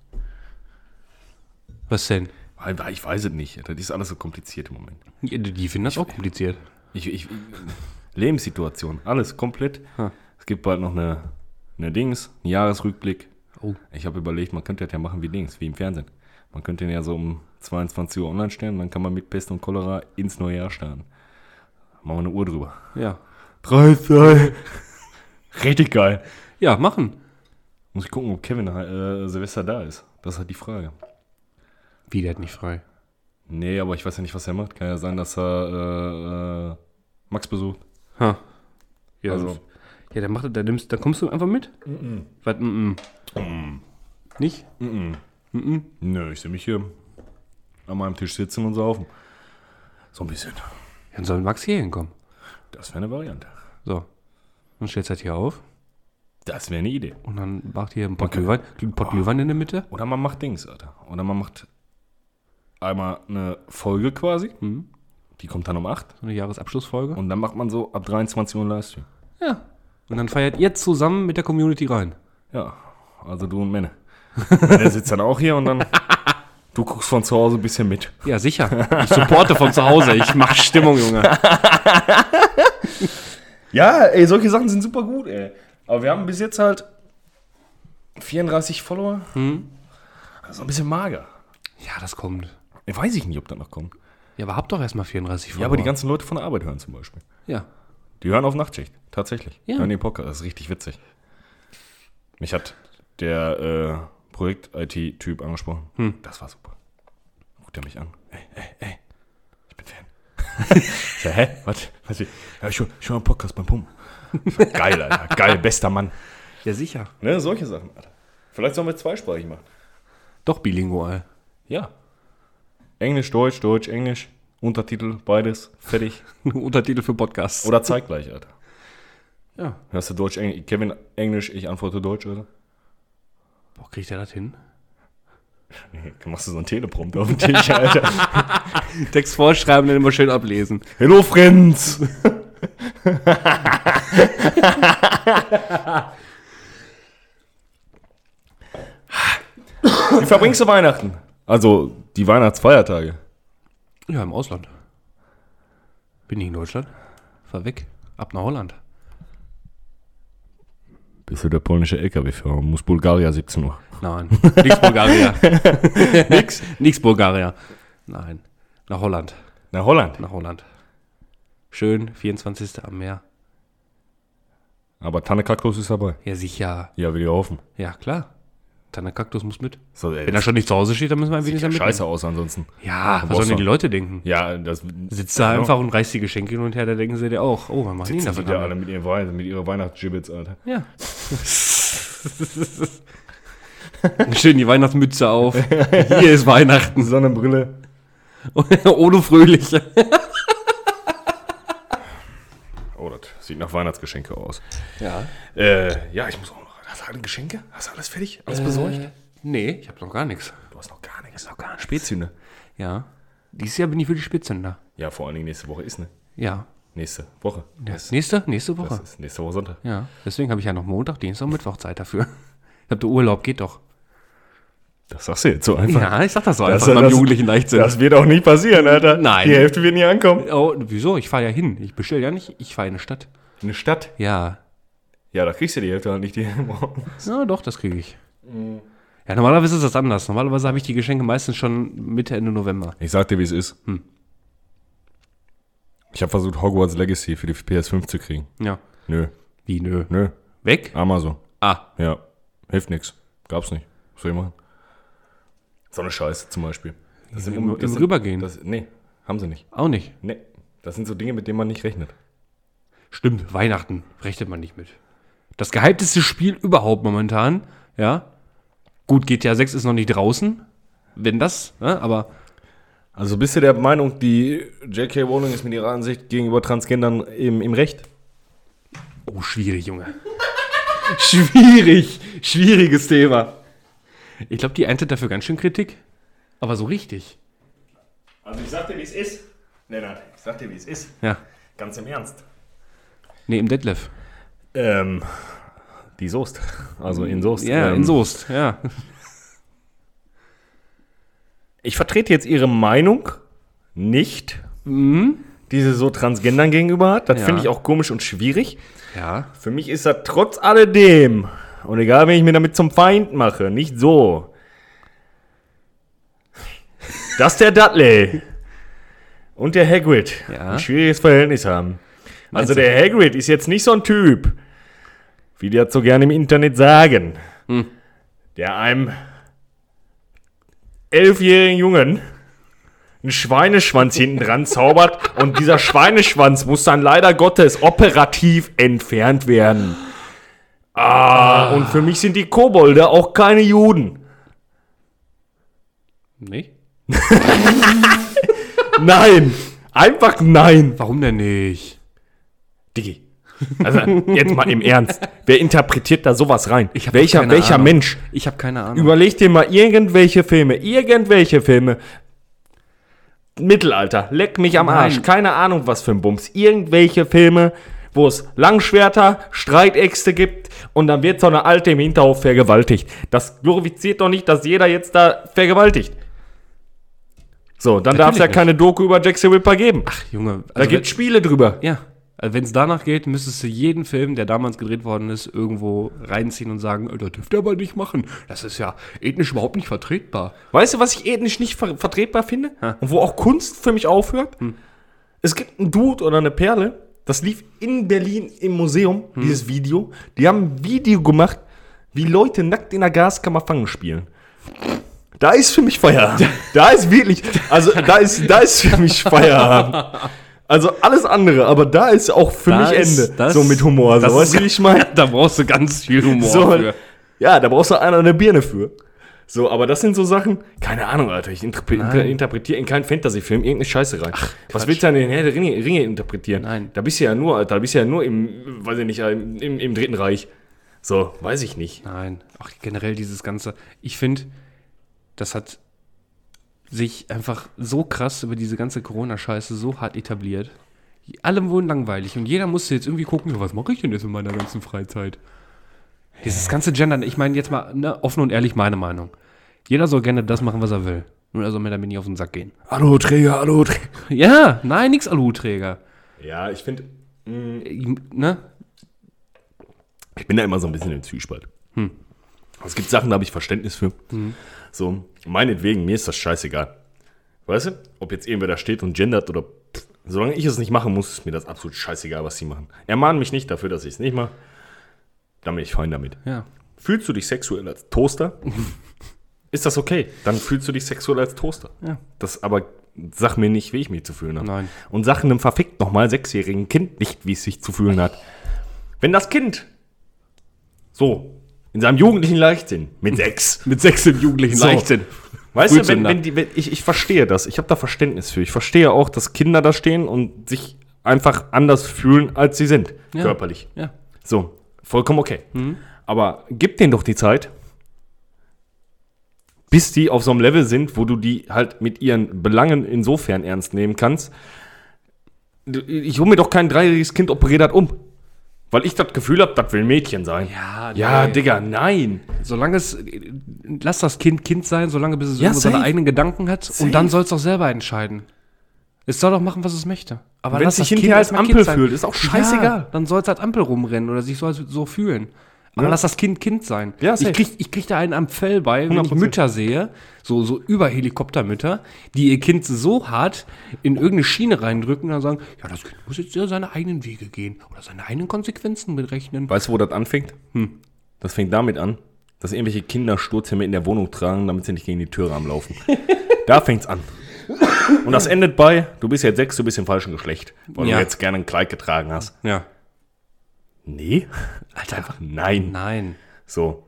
Was denn? Weil- weil Ich weiß es nicht. Das ist alles so kompliziert im Moment. Ja, Die, die finden das auch kompliziert. Ich, ich, Lebenssituation, alles komplett. Ha. Es gibt bald noch eine, eine Dings, einen Jahresrückblick. Oh. Ich habe überlegt, man könnte das ja machen wie Dings, wie im Fernsehen. Man könnte den ja so um 22 Uhr online stellen, dann kann man mit Pest und Cholera ins neue Jahr starten. Machen wir eine Uhr drüber. Ja. Drei, drei. Richtig geil. Ja, machen. Muss ich gucken, ob Kevin äh, Silvester da ist. Das ist halt die Frage. Wie, der hat nicht frei. Nee, aber ich weiß ja nicht, was er macht. Kann ja sein, dass er äh, äh, Max besucht. Ha. Ja, Also- ja dann, macht, dann, nimmst, dann kommst du einfach mit? Mm Was, mm, mm. Nicht? Nö, ich sehe mich hier an meinem Tisch sitzen und saufen. So ein bisschen. Dann soll Max hier hinkommen. Das wäre eine Variante. So. Dann stellst du halt hier auf Das wäre eine Idee. und dann macht hier ein Pott Glühwein, ein Pott Glühwein in der Mitte. Oder man macht Dings, Alter. Oder man macht einmal eine Folge quasi. Die kommt dann um 8. So eine Jahresabschlussfolge. Und dann macht man so ab 23 Uhr einen Livestream. ja. Und dann feiert ihr zusammen mit der Community rein. Ja, also du und Männer. Der sitzt dann auch hier und dann Du guckst von zu Hause ein bisschen mit. Ja, sicher. Ich supporte von zu Hause. Ich mache Stimmung, Junge. Ja, ey, solche Sachen sind super gut, ey. Aber wir haben bis jetzt halt 34 Follower. Das ist ein bisschen mager. Ja, das kommt. Ey, Weiß ich nicht, ob das noch kommt. Ja, aber hab doch erstmal 34 Follower. Ja, aber die ganzen Leute von der Arbeit hören zum Beispiel. Ja. Die hören auf Nachtschicht, tatsächlich. Ja. Hören den Podcast, das ist richtig witzig. Mich hat der äh, Projekt-IT-Typ angesprochen. Das war super. Guckt er mich an. Ey, ey, ey, ich bin Fan. ich sag, hä? Was? Was? Ja, ich höre ich hör einen Podcast beim Pumpen. Ich sag, Geil, Alter. Geil, bester Mann. Ja, sicher. Ne, solche Sachen, Alter. Vielleicht sollen wir zweisprachig machen. Doch bilingual. Ja. Englisch, Deutsch, Deutsch, Englisch. Untertitel, beides, fertig. Untertitel für Podcast. Oder zeitgleich, Alter. Ja. Hörst du Deutsch, Englisch? Kevin, Englisch, ich antworte Deutsch, oder? Boah, kriegt er das hin? Nee, machst du so einen Teleprompter auf den Tisch, Alter. Text vorschreiben, dann immer schön ablesen. Hello, Friends! Wie verbringst du Weihnachten? Also, die Weihnachtsfeiertage. Ja, im Ausland. Bin ich in Deutschland? Fahr weg. Ab nach Holland. Bist du der polnische LKW-Führer? Muss Bulgaria 17 Uhr. Nein. Nix Bulgaria. Nix? Nix Bulgaria. Nein. Nach Holland. Na, Holland. Nach Holland. Schön, 24. am Meer. Aber Tanne Kaktus ist dabei. Ja, sicher. Ja, will ich hoffen. Ja, klar. Tanne Kaktus muss mit. So, ey, Wenn er schon nicht zu Hause steht, dann müssen wir ein sieht wenig ja damit. scheiße aus ansonsten. Ja, Dann was sollen brauchst denn du- die Leute denken? Ja, genau. das Sitzt da einfach und reißt die Geschenke hin und her, da denken sie dir auch, oh, man macht ihn sind davon die da ab. alle mit ihren Wei- mit ihrer Weihnachtsgibbets, Alter. Ja. Schön die Weihnachtsmütze auf. Hier ist Weihnachten. Sonnenbrille. Ohne Fröhliche. Oh, das sieht nach Weihnachtsgeschenke aus. Ja. Äh, ja, ich muss auch noch. Hast du alle Geschenke? Hast du alles fertig? Alles Besorgt? Nee, ich habe noch gar nichts. Du hast noch gar nichts. Äh. Noch gar nichts. Spätzüne. Ja. Dieses Jahr bin ich für die Spitzen da. Ja, vor allen Dingen nächste Woche ist, ne? Ja. Nächste Woche. Das, Nächste? Nächste Woche. das ist nächste Woche Sonntag. Ja. Deswegen habe ich ja noch Montag, Dienstag, Mittwoch Zeit dafür. Ich habe Urlaub, geht doch. Das sagst du jetzt so einfach. Ja, ich sag das so Das- einfach beim das- Jugendlichen Leichtsinn. Das wird auch nicht passieren, Alter. Nein. Die Hälfte wird nie ankommen. oh, wieso? Ich fahre ja hin. Ich bestelle ja nicht, ich fahre in eine Stadt. Eine Stadt. Ja, Ja, da kriegst du die Hälfte halt nicht. Die Ja, doch, das kriege ich. Ja, normalerweise ist das anders. Normalerweise habe ich die Geschenke meistens schon Mitte, Ende November. Ich sag dir, wie es ist. Ich habe versucht, Hogwarts Legacy für die PS5 zu kriegen. Ja. Nö, Wie, nö. nö. Weg? Amazon. Ah, Ja. Hilft nix. Gab's nicht. Was soll ich machen? So eine Scheiße zum Beispiel. Das sind, Im- im Rübergehen. Das, nee, haben sie nicht. auch nicht. Nee. Das sind so Dinge, mit denen man nicht rechnet. Stimmt, Weihnachten rechnet man nicht mit. Das gehypteste Spiel überhaupt momentan, ja. Gut, GTA 6 ist noch nicht draußen. Wenn das, ne? aber Also bist du der Meinung, die J.K. Rowling ist mit ihrer Ansicht gegenüber Transgendern im, im Recht? Oh, schwierig, Junge. schwierig. Schwieriges Thema. Ich glaube, die erntet dafür ganz schön Kritik. Aber so richtig. Also ich sag dir, wie es ist. Lennart, ich sag dir, wie es ist. Ja. Ganz im Ernst. Nee, im Detlef. Ähm, die Soest. Also in Soest. Ja, ähm, in Soest. Ja. Ich vertrete jetzt ihre Meinung nicht, die sie so Transgendern gegenüber hat. Das Mhm. Ja. finde ich auch komisch und schwierig. Ja. Für mich ist das trotz alledem, und egal, wenn ich mir damit zum Feind mache, nicht so, dass der Dudley und der Hagrid Ja. ein schwieriges Verhältnis haben. Also du? der Hagrid ist jetzt nicht so ein Typ, wie die das so gerne im Internet sagen, Hm. der einem elfjährigen Jungen einen Schweineschwanz hinten dran zaubert und dieser Schweineschwanz muss dann leider Gottes operativ entfernt werden. Ah, und für mich sind die Kobolde auch keine Juden. Nee? Nein, einfach nein. Warum denn nicht? Diggi. Also jetzt mal im Ernst. Wer interpretiert da sowas rein? Ich hab welcher keine welcher Ahnung. Mensch? Ich habe keine Ahnung. Überleg dir mal irgendwelche Filme, irgendwelche Filme. Mittelalter, leck mich am Arsch, Nein. keine Ahnung was für ein Bums. Irgendwelche Filme, wo es Langschwerter, Streitäxte gibt und dann wird so eine Alte im Hinterhof vergewaltigt. Das glorifiziert doch nicht, dass jeder jetzt da vergewaltigt. So, dann darf es ja Natürlich keine Doku über Jackson Ripper geben. Junge, also da gibt es Spiele drüber. wenn, ja. Also wenn es danach geht, müsstest du jeden Film, der damals gedreht worden ist, irgendwo reinziehen und sagen, "Äh, das dürft ihr aber nicht machen. Das ist ja ethnisch überhaupt nicht vertretbar. Weißt du, was ich ethnisch nicht ver vertretbar finde? Und wo auch Kunst für mich aufhört? Hm. Es gibt einen Dude oder eine Perle, das lief in Berlin im Museum, Hm. dieses Video. Die haben ein Video gemacht, wie Leute nackt in der Gaskammer fangen spielen. Da ist für mich Feierabend. Da ist wirklich, also da ist, da ist für mich Feierabend. Also alles andere, aber da ist auch für Da mich ist- Ende. das- so mit Humor. das So, weißt ist- du, wie ich meine? Da brauchst du ganz viel Humor So, für. ja, da brauchst du einer eine Birne für. So, aber das sind so Sachen, keine Ahnung, Alter. Ich interpre inter interpretiere in keinen Fantasy-Film irgendeine Scheiße rein. Was willst du denn in Herr der Ringe, Ringe interpretieren? Nein. Da bist du ja nur, Alter, da bist du ja nur im, weiß ich nicht, im, im, im Dritten Reich. So, weiß ich nicht. Nein, auch generell dieses Ganze. Ich finde, das hat sich einfach so krass über diese ganze Corona-Scheiße so hart etabliert. Allem wurden langweilig und jeder musste jetzt irgendwie gucken, ja, was mache ich denn jetzt in meiner ganzen Freizeit? Dieses ganze Gendern, ich meine jetzt mal ne, offen und ehrlich meine Meinung. Jeder soll gerne das machen, was er will. Nur er soll mir damit nicht auf den Sack gehen. Hallo, Träger, hallo, Träger. Ja, nein, nix Aluträger. Ja, ich finde, Ich- Ne? ich bin da immer so ein bisschen im Zwiespalt. Es gibt Sachen, da habe ich Verständnis für. So, meinetwegen, mir ist das scheißegal. Weißt du, ob jetzt irgendwer da steht und gendert oder. pff, Solange ich es nicht mache, muss es mir das absolut scheißegal, was sie machen. Ermahnen mich nicht dafür, dass ich es nicht mache. Dann bin ich fein damit. Ja. Fühlst du dich sexuell als Toaster? ist das okay? Dann fühlst du dich sexuell als Toaster. Ja. Das aber sag mir nicht, wie ich mich zu fühlen habe. Nein. Und sag einem verfickt nochmal sechsjährigen Kind nicht, wie es sich zu fühlen hat. Wenn das Kind so in seinem jugendlichen Leichtsinn mit sechs Mit sechs im jugendlichen So. Leichtsinn. Weißt du, wenn, Frühzünder. wenn die, wenn, ich, ich verstehe das. Ich habe da Verständnis für. Ich verstehe auch, dass Kinder da stehen und sich einfach anders fühlen, als sie sind. Ja. Körperlich. Ja. So, vollkommen okay. Mhm. Aber gib denen doch die Zeit, bis die auf so einem Level sind, wo du die halt mit ihren Belangen insofern ernst nehmen kannst. Du- Ich hole mir doch kein dreijähriges Kind operiert hat um. Weil ich das Gefühl habe, das will ein Mädchen sein. Ja, ja nee. Digga, nein. Solange es, lass das Kind Kind sein, solange bis es Ja, irgendwo seine safe. eigenen Gedanken hat und dann soll es auch selber entscheiden. Es soll doch machen, was es möchte. Aber Wenn lass es sich das hinterher als erst mal Ampel sein. fühlt, ist auch scheißegal. Ja, dann soll es als Ampel rumrennen oder sich so, als- so fühlen. Aber lass das Kind Kind sein. Ja, ich, safe. krieg, ich krieg da einen am Fell bei, wenn ich 100%. Mütter sehe, so, so Überhelikoptermütter, die ihr Kind so hart in irgendeine Schiene reindrücken und dann sagen, ja, das Kind muss jetzt ja seine eigenen Wege gehen oder seine eigenen Konsequenzen mitrechnen. Weißt du, wo das anfängt? Hm. Das fängt damit an, dass irgendwelche Kinder Sturzhelme in der Wohnung tragen, damit sie nicht gegen die Türrahmen laufen. da fängt's an. Und das endet bei, du bist jetzt sechs, du bist im falschen Geschlecht, weil Ja. du jetzt gerne ein Kleid getragen hast. Ja. Nee, Alter, einfach. nein. Nein. So.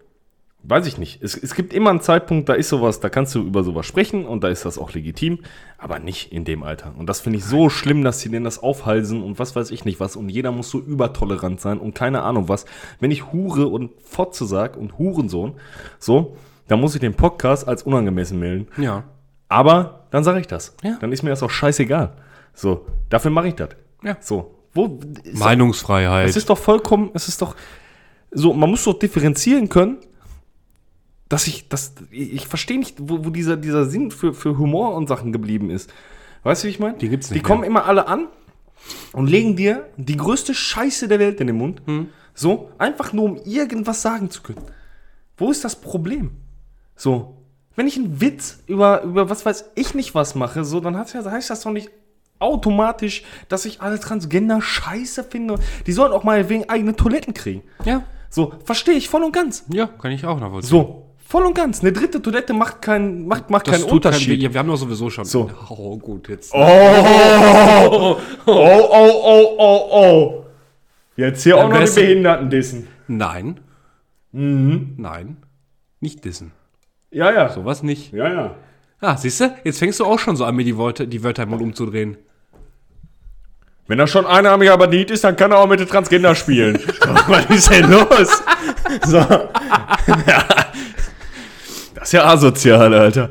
Weiß ich nicht. Es, es gibt immer einen Zeitpunkt, da ist sowas, da kannst du über sowas sprechen und da ist das auch legitim, aber nicht in dem Alter. Und das finde ich so schlimm, dass sie denen das aufhalsen und was weiß ich nicht was. Und jeder muss so übertolerant sein und keine Ahnung was. Wenn ich Hure und Fotze sag und Hurensohn, so, dann muss ich den Podcast als unangemessen melden. Ja. Aber dann sage ich das. Ja. Dann ist mir das auch scheißegal. So, dafür mache ich das. Ja. So. Wo ist Meinungsfreiheit. es ist doch vollkommen, es ist doch so, man muss doch differenzieren können, dass ich, dass, ich ich verstehe nicht, wo, wo dieser, dieser Sinn für, für Humor und Sachen geblieben ist. Weißt du, wie ich meine? Den gibt's nicht Die kommen immer alle an und legen dir die größte Scheiße der Welt in den Mund. Hm. So, einfach nur, um irgendwas sagen zu können. Wo ist das Problem? So, wenn ich einen Witz über, über was weiß ich nicht was mache, so, dann hat's ja, heißt das doch nicht automatisch, dass ich alle Transgender scheiße finde. Die sollen auch mal wegen eigene Toiletten kriegen. ja. So, verstehe ich voll und ganz. Ja, kann ich auch nachvollziehen. So, voll und ganz. Eine dritte Toilette macht keinen macht, macht das keinen tut Unterschied. Unterschied. wir haben doch sowieso schon. So. Oh, gut, jetzt. oh, oh, oh, oh, oh. Jetzt hier auch noch die Behinderten dissen. Nein. Mhm. Nein. Nicht dissen. Ja, ja. Sowas nicht. Ja, ja. Ah, siehst du? Jetzt fängst du auch schon so an, mir die Wörter, die Wörter im Mund umzudrehen. Wenn er schon einarmiger Bandit ist, dann kann er auch mit den Transgender spielen. Was ist denn los? So. Ja. Das ist ja asozial, Alter.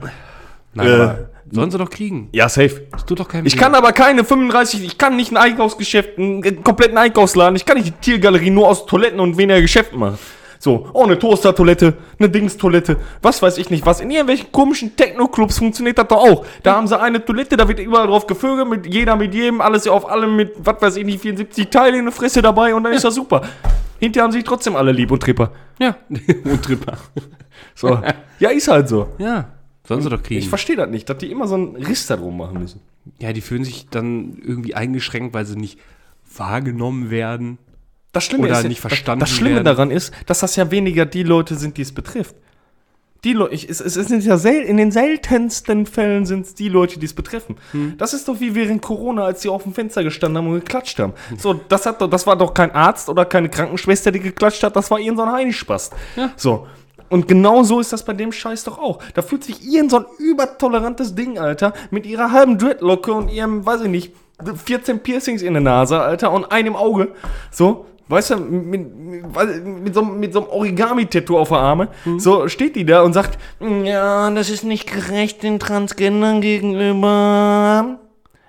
Nein, Äh. aber sollen sie doch kriegen. Ja, safe. Das tut doch keinem Ich weh. kann aber keine 35, ich kann nicht ein Einkaufsgeschäft, einen äh, kompletten Einkaufsladen, ich kann nicht die Tiergalerie nur aus Toiletten und weniger Geschäften machen. So, oh, eine Toaster-Toilette, eine Dings-Toilette, was weiß ich nicht was. In irgendwelchen komischen Techno-Clubs funktioniert das doch auch. Da haben sie eine Toilette, da wird überall drauf gevögelt, mit jeder, mit jedem, alles auf allem mit, was weiß ich nicht, 74 Teile in der Fresse dabei und dann ist das super. Hinterher haben sich trotzdem alle lieb und Tripper. Ja. Und Tripper. So. ja, ist halt so. Ja. Sollen sie doch kriegen. Ich verstehe das nicht, dass die immer so einen Riss da drum machen müssen. ja, die fühlen sich dann irgendwie eingeschränkt, weil sie nicht wahrgenommen werden. Das Schlimme, Oder ist, nicht verstanden das, das Schlimme werden. daran ist, dass das ja weniger die Leute sind, die es betrifft. Die Leute, es, es es sind ja sel in den seltensten Fällen sind es die Leute, die es betreffen. Hm. Das ist doch wie während Corona, als die auf dem Fenster gestanden haben und geklatscht haben. So, das hat doch, das war doch kein Arzt oder keine Krankenschwester, die geklatscht hat, das war irgend so ein Heinispast. Ja. So. Und genau so ist das bei dem Scheiß doch auch. Da fühlt sich irgend so ein übertolerantes Ding, Alter, mit ihrer halben Dreadlocke und ihrem, weiß ich nicht, 14 Piercings in der Nase, Alter, und einem Auge. So, weißt du, mit, mit, weiß- mit, so, einem- mit so einem Origami-Tattoo auf der Arme. So steht die da und sagt, ja, das ist nicht gerecht den Transgendern gegenüber.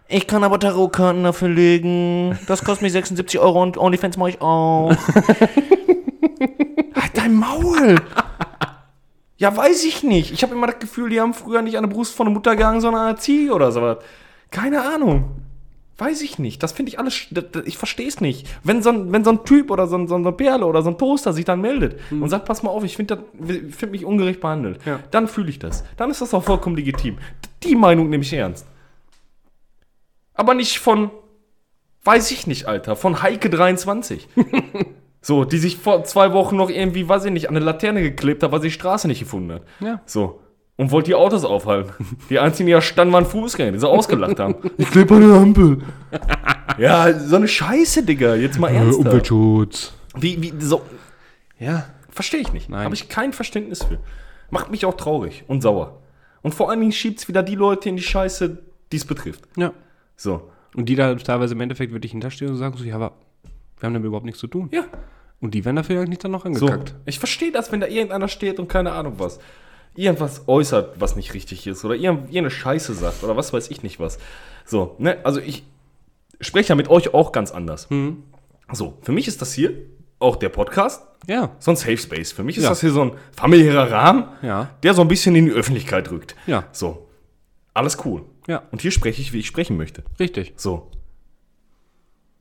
Ich kann aber Tarotkarten dafür legen. Das kostet mich 76 Euro und OnlyFans mache ich auch. halt dein Maul! Ja, weiß ich nicht. Ich habe immer das Gefühl, die haben früher nicht an der Brust von der Mutter gehangen, sondern an der Ziege oder sowas. Keine Ahnung. Weiß ich nicht. Das finde ich alles. sch- d- d- Ich verstehe es nicht. Wenn so, ein, wenn so ein Typ oder so ein, so ein Perle oder so ein Toaster sich dann meldet und sagt: Pass mal auf, ich finde find mich ungerecht behandelt. Hm. Ja. Dann fühle ich das. Dann ist das auch vollkommen legitim. D- Die Meinung nehme ich ernst. Aber nicht von. Weiß ich nicht, Alter. Von Heike23. so, die sich vor zwei Wochen noch irgendwie, weiß ich nicht, an eine Laterne geklebt hat, weil sie die Straße nicht gefunden hat. Ja. So. Und wollte die Autos aufhalten. Die einzigen, die da standen, waren Fußgänger, die so ausgelacht haben. Ich klebe an der Ampel. Äh, ja, so eine Scheiße, Digga. Jetzt mal ernsthaft. Umweltschutz. Wie, wie, so. Ja. Verstehe ich nicht. Nein. Habe ich kein Verständnis für. Macht mich auch traurig und sauer. Und vor allen Dingen schiebt es wieder die Leute in die Scheiße, die es betrifft. Ja. So. Und die da teilweise im Endeffekt wirklich hinterstehen und sagen so, ja, aber wir haben damit überhaupt nichts zu tun. Ja, Und die werden dafür eigentlich dann noch So, angekackt. ich verstehe das, wenn da irgendeiner steht und keine Ahnung was. Irgendwas äußert, was nicht richtig ist oder irgend- irgendeine Scheiße sagt oder was weiß ich nicht was. So, ne, also ich spreche ja mit euch auch ganz anders. Hm. So, für mich ist das hier auch der Podcast, Ja. so ein Safe Space. Für mich ist Ja. das hier so ein familiärer Rahmen, Ja. der so ein bisschen in die Öffentlichkeit rückt. Ja. So, alles cool. Ja. Und hier spreche ich, wie ich sprechen möchte. Richtig. So.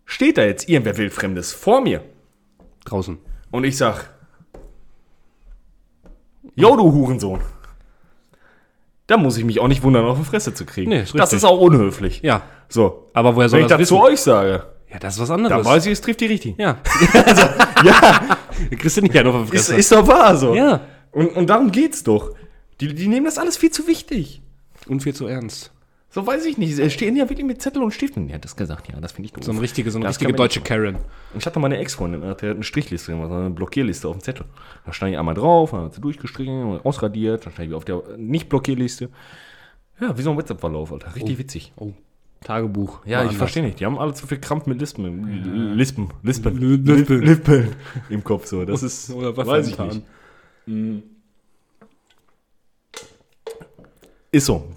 Steht da jetzt irgendwer Wildfremdes vor mir? Draußen. Und ich sag, Jo, du Hurensohn. Da muss ich mich auch nicht wundern, auf die Fresse zu kriegen. Nee, ist das richtig. ist auch unhöflich. Ja. So, Aber woher soll wenn ich das das zu wissen? euch sage, Ja, das ist was dann anderes. weiß ich, es trifft die richtig. ja. Ja, Du kriegst du nicht einen auf die ist, Fresse. ist doch wahr so. Ja. Und, und darum geht's doch. Die, die nehmen das alles viel zu wichtig. Und viel zu ernst. So weiß ich nicht. Sie stehen ja wirklich mit Zettel und Stiften. Ja, das gesagt, ja, das finde ich doof. So eine richtige, so eine Das richtige kann man deutsche Karen. Und Ich hatte mal eine Ex-Freundin, die hat eine Strichliste gemacht, so eine Blockierliste auf dem Zettel. Da stand ich einmal drauf, dann hat sie durchgestrichen, und ausradiert, dann stand ich wieder auf der Nicht-Blockierliste. Ja, wie so ein WhatsApp-Verlauf, Alter. Richtig witzig. Oh. Tagebuch. Ja, ich verstehe nicht. Die haben alle zu viel Krampf mit Lispen. Lispen. Lispen. Lippen. Lippen. Im Kopf so. Das ist. Oder was weiß ich haben. nicht. Mhm. Ist so.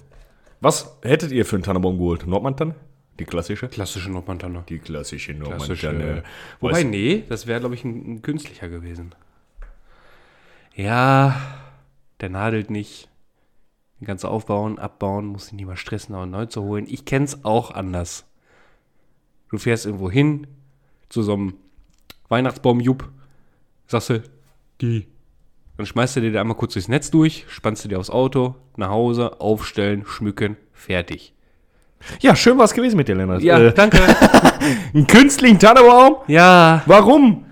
Was hättet ihr für einen Tannenbaum geholt? Nordmantanne? Die klassische? Klassische Nordmantanne. Die klassische Klassische. Weißt Wobei, du- nee, das wäre, glaube ich, ein, ein künstlicher gewesen. Ja, der nadelt nicht. Den ganzen Aufbauen, Abbauen, muss ihn nicht mal stressen, auch neu zu holen. Ich kenn's auch anders. Du fährst irgendwo hin, zu so einem Weihnachtsbaum-Jupp, sagst du, die. Dann schmeißt du dir da einmal kurz durchs Netz durch, spannst du dir aufs Auto, nach Hause, aufstellen, schmücken, fertig. Ja, schön war es gewesen mit dir, Lennart. Ja, Äh, danke. einen künstlichen Tannenbaum? ja, Warum?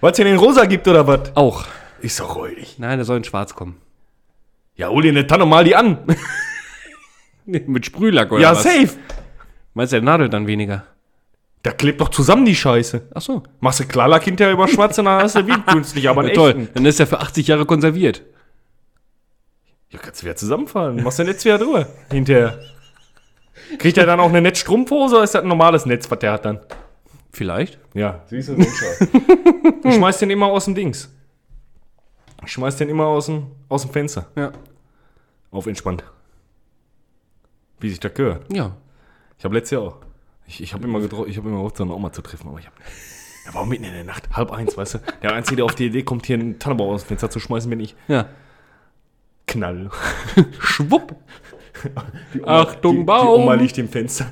Weil es den in rosa gibt oder was? auch. Ist doch räudig. Nein, der soll in schwarz kommen. Ja, hol dir eine Tanne mal die an. Mit Sprühlack oder ja, was? safe. Meinst du, der nadelt dann weniger? Da klebt doch zusammen die Scheiße. Ach so. Machst du Klarlack hinterher über schwarz und dann hast du wie einen künstlich, aber einen Ja, echten. toll, dann ist er für 80 Jahre konserviert. Ja, kannst du wieder zusammenfallen. Machst du ein Netz wieder drüber hinterher. Kriegt er dann auch eine Netzstrumpfhose oder ist das ein normales Netz, was der hat dann? Vielleicht. Ja, siehst du, so ein Scheiß. Du schmeißt den immer aus dem Dings. Du schmeißt den immer aus dem, aus dem Fenster. Ja. Auf entspannt. Wie sich das gehört. Ja. Ich habe letztes Jahr auch. Ich, ich habe immer gedro- ich habe immer gehofft, seine Oma zu treffen, aber ich habe Ja, warum mitten in der Nacht? Halb eins, weißt du? Der Einzige, der auf die Idee kommt, hier einen Tannenbaum aus dem Fenster zu schmeißen, bin ich. Ja. Knall. Schwupp. Die Oma, Achtung, die, Baum. Die Oma liegt im Fenster.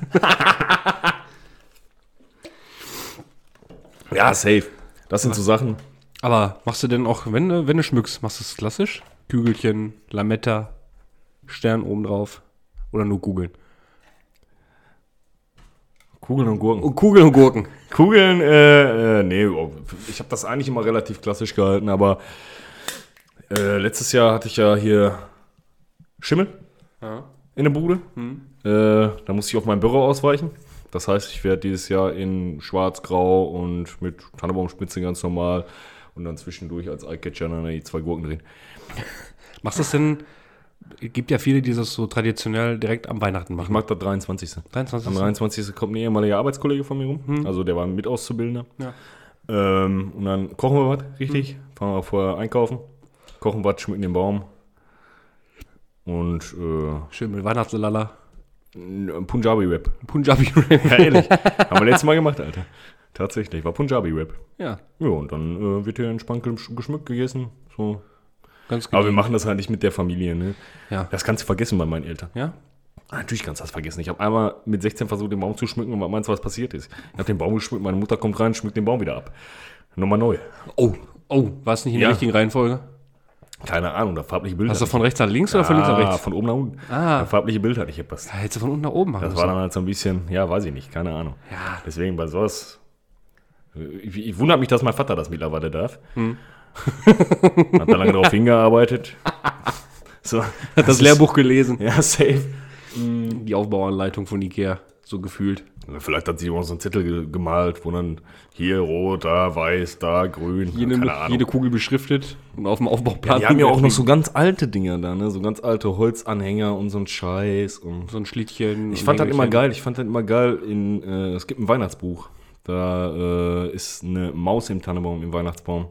ja, safe. Das sind so Sachen. Aber machst du denn auch, wenn, du- wenn du schmückst, machst du es klassisch? Kügelchen, Lametta, Stern oben drauf. Oder nur Kugeln? Kugeln und Gurken. Und Kugeln und Gurken. Kugeln, äh, äh nee, oh, ich habe das eigentlich immer relativ klassisch gehalten, aber äh, letztes Jahr hatte ich ja hier Schimmel in der Bude. Äh, da musste ich auf mein Büro ausweichen. Das heißt, ich werde dieses Jahr in schwarz-grau und mit Tannenbaumspitze ganz normal und dann zwischendurch als Eyecatcher dann die zwei Gurken drehen. Machst du es denn? Gibt ja viele, die das so traditionell direkt am Weihnachten Ich machen. mag das 23. 23. Am 23. kommt ein ehemaliger Arbeitskollege von mir rum. Also der war ein Mitauszubildender. Ja. Ähm, und dann kochen wir was, richtig. Fahren wir vorher einkaufen. Kochen was, schmücken den Baum. Und äh, Schön mit Weihnachtslala. ein Punjabi-Rap. Punjabi Rap. Ja, ehrlich. Haben wir letztes Mal gemacht, Alter. Tatsächlich, war Punjabi-Rap. Ja, Ja, und dann äh, wird hier entspannt gesch- geschmückt gegessen. So. ganz genau. gut. Aber wir machen das halt nicht mit der Familie, ne? Ja. Das kannst du vergessen bei meinen Eltern. Ja? Ah, Natürlich kannst du das vergessen. Ich habe einmal mit 16 versucht, den Baum zu schmücken und was meinst du, was passiert ist? Ich habe den Baum geschmückt, meine Mutter kommt rein, schmückt den Baum wieder ab. Nochmal neu. Oh, oh, war es nicht in Ja. der richtigen Reihenfolge? Keine Ahnung, da farbliche Bilder. Hast du von rechts nach links oder von links nach ah, rechts? von oben nach unten. Ah. Da farbliche Bilder hat nicht gepasst. Da hättest du von unten nach oben machen Das war dann halt so ein bisschen, ja, weiß ich nicht, keine Ahnung. Also Ja. Deswegen bei sowas. Ich, ich wundere mich, dass mein Vater das mittlerweile darf. Hm. Hat da lange drauf hingearbeitet. So. Hat das Lehrbuch gelesen. Ja, safe. Die Aufbauanleitung von Ikea, so gefühlt. Vielleicht hat sie auch so einen Zettel ge- gemalt, wo dann hier rot, da weiß, da grün. Jede, keine Ahnung. jede Kugel beschriftet und auf dem Aufbauplan. die haben ja auch noch so ganz alte Dinger da, ne? So ganz alte Holzanhänger und so ein Scheiß und so ein Schlittchen. Ich und fand das immer Hängelchen. geil. Ich fand das immer geil. In, äh, es gibt ein Weihnachtsbuch. Da äh, ist eine Maus im Tannenbaum, im Weihnachtsbaum.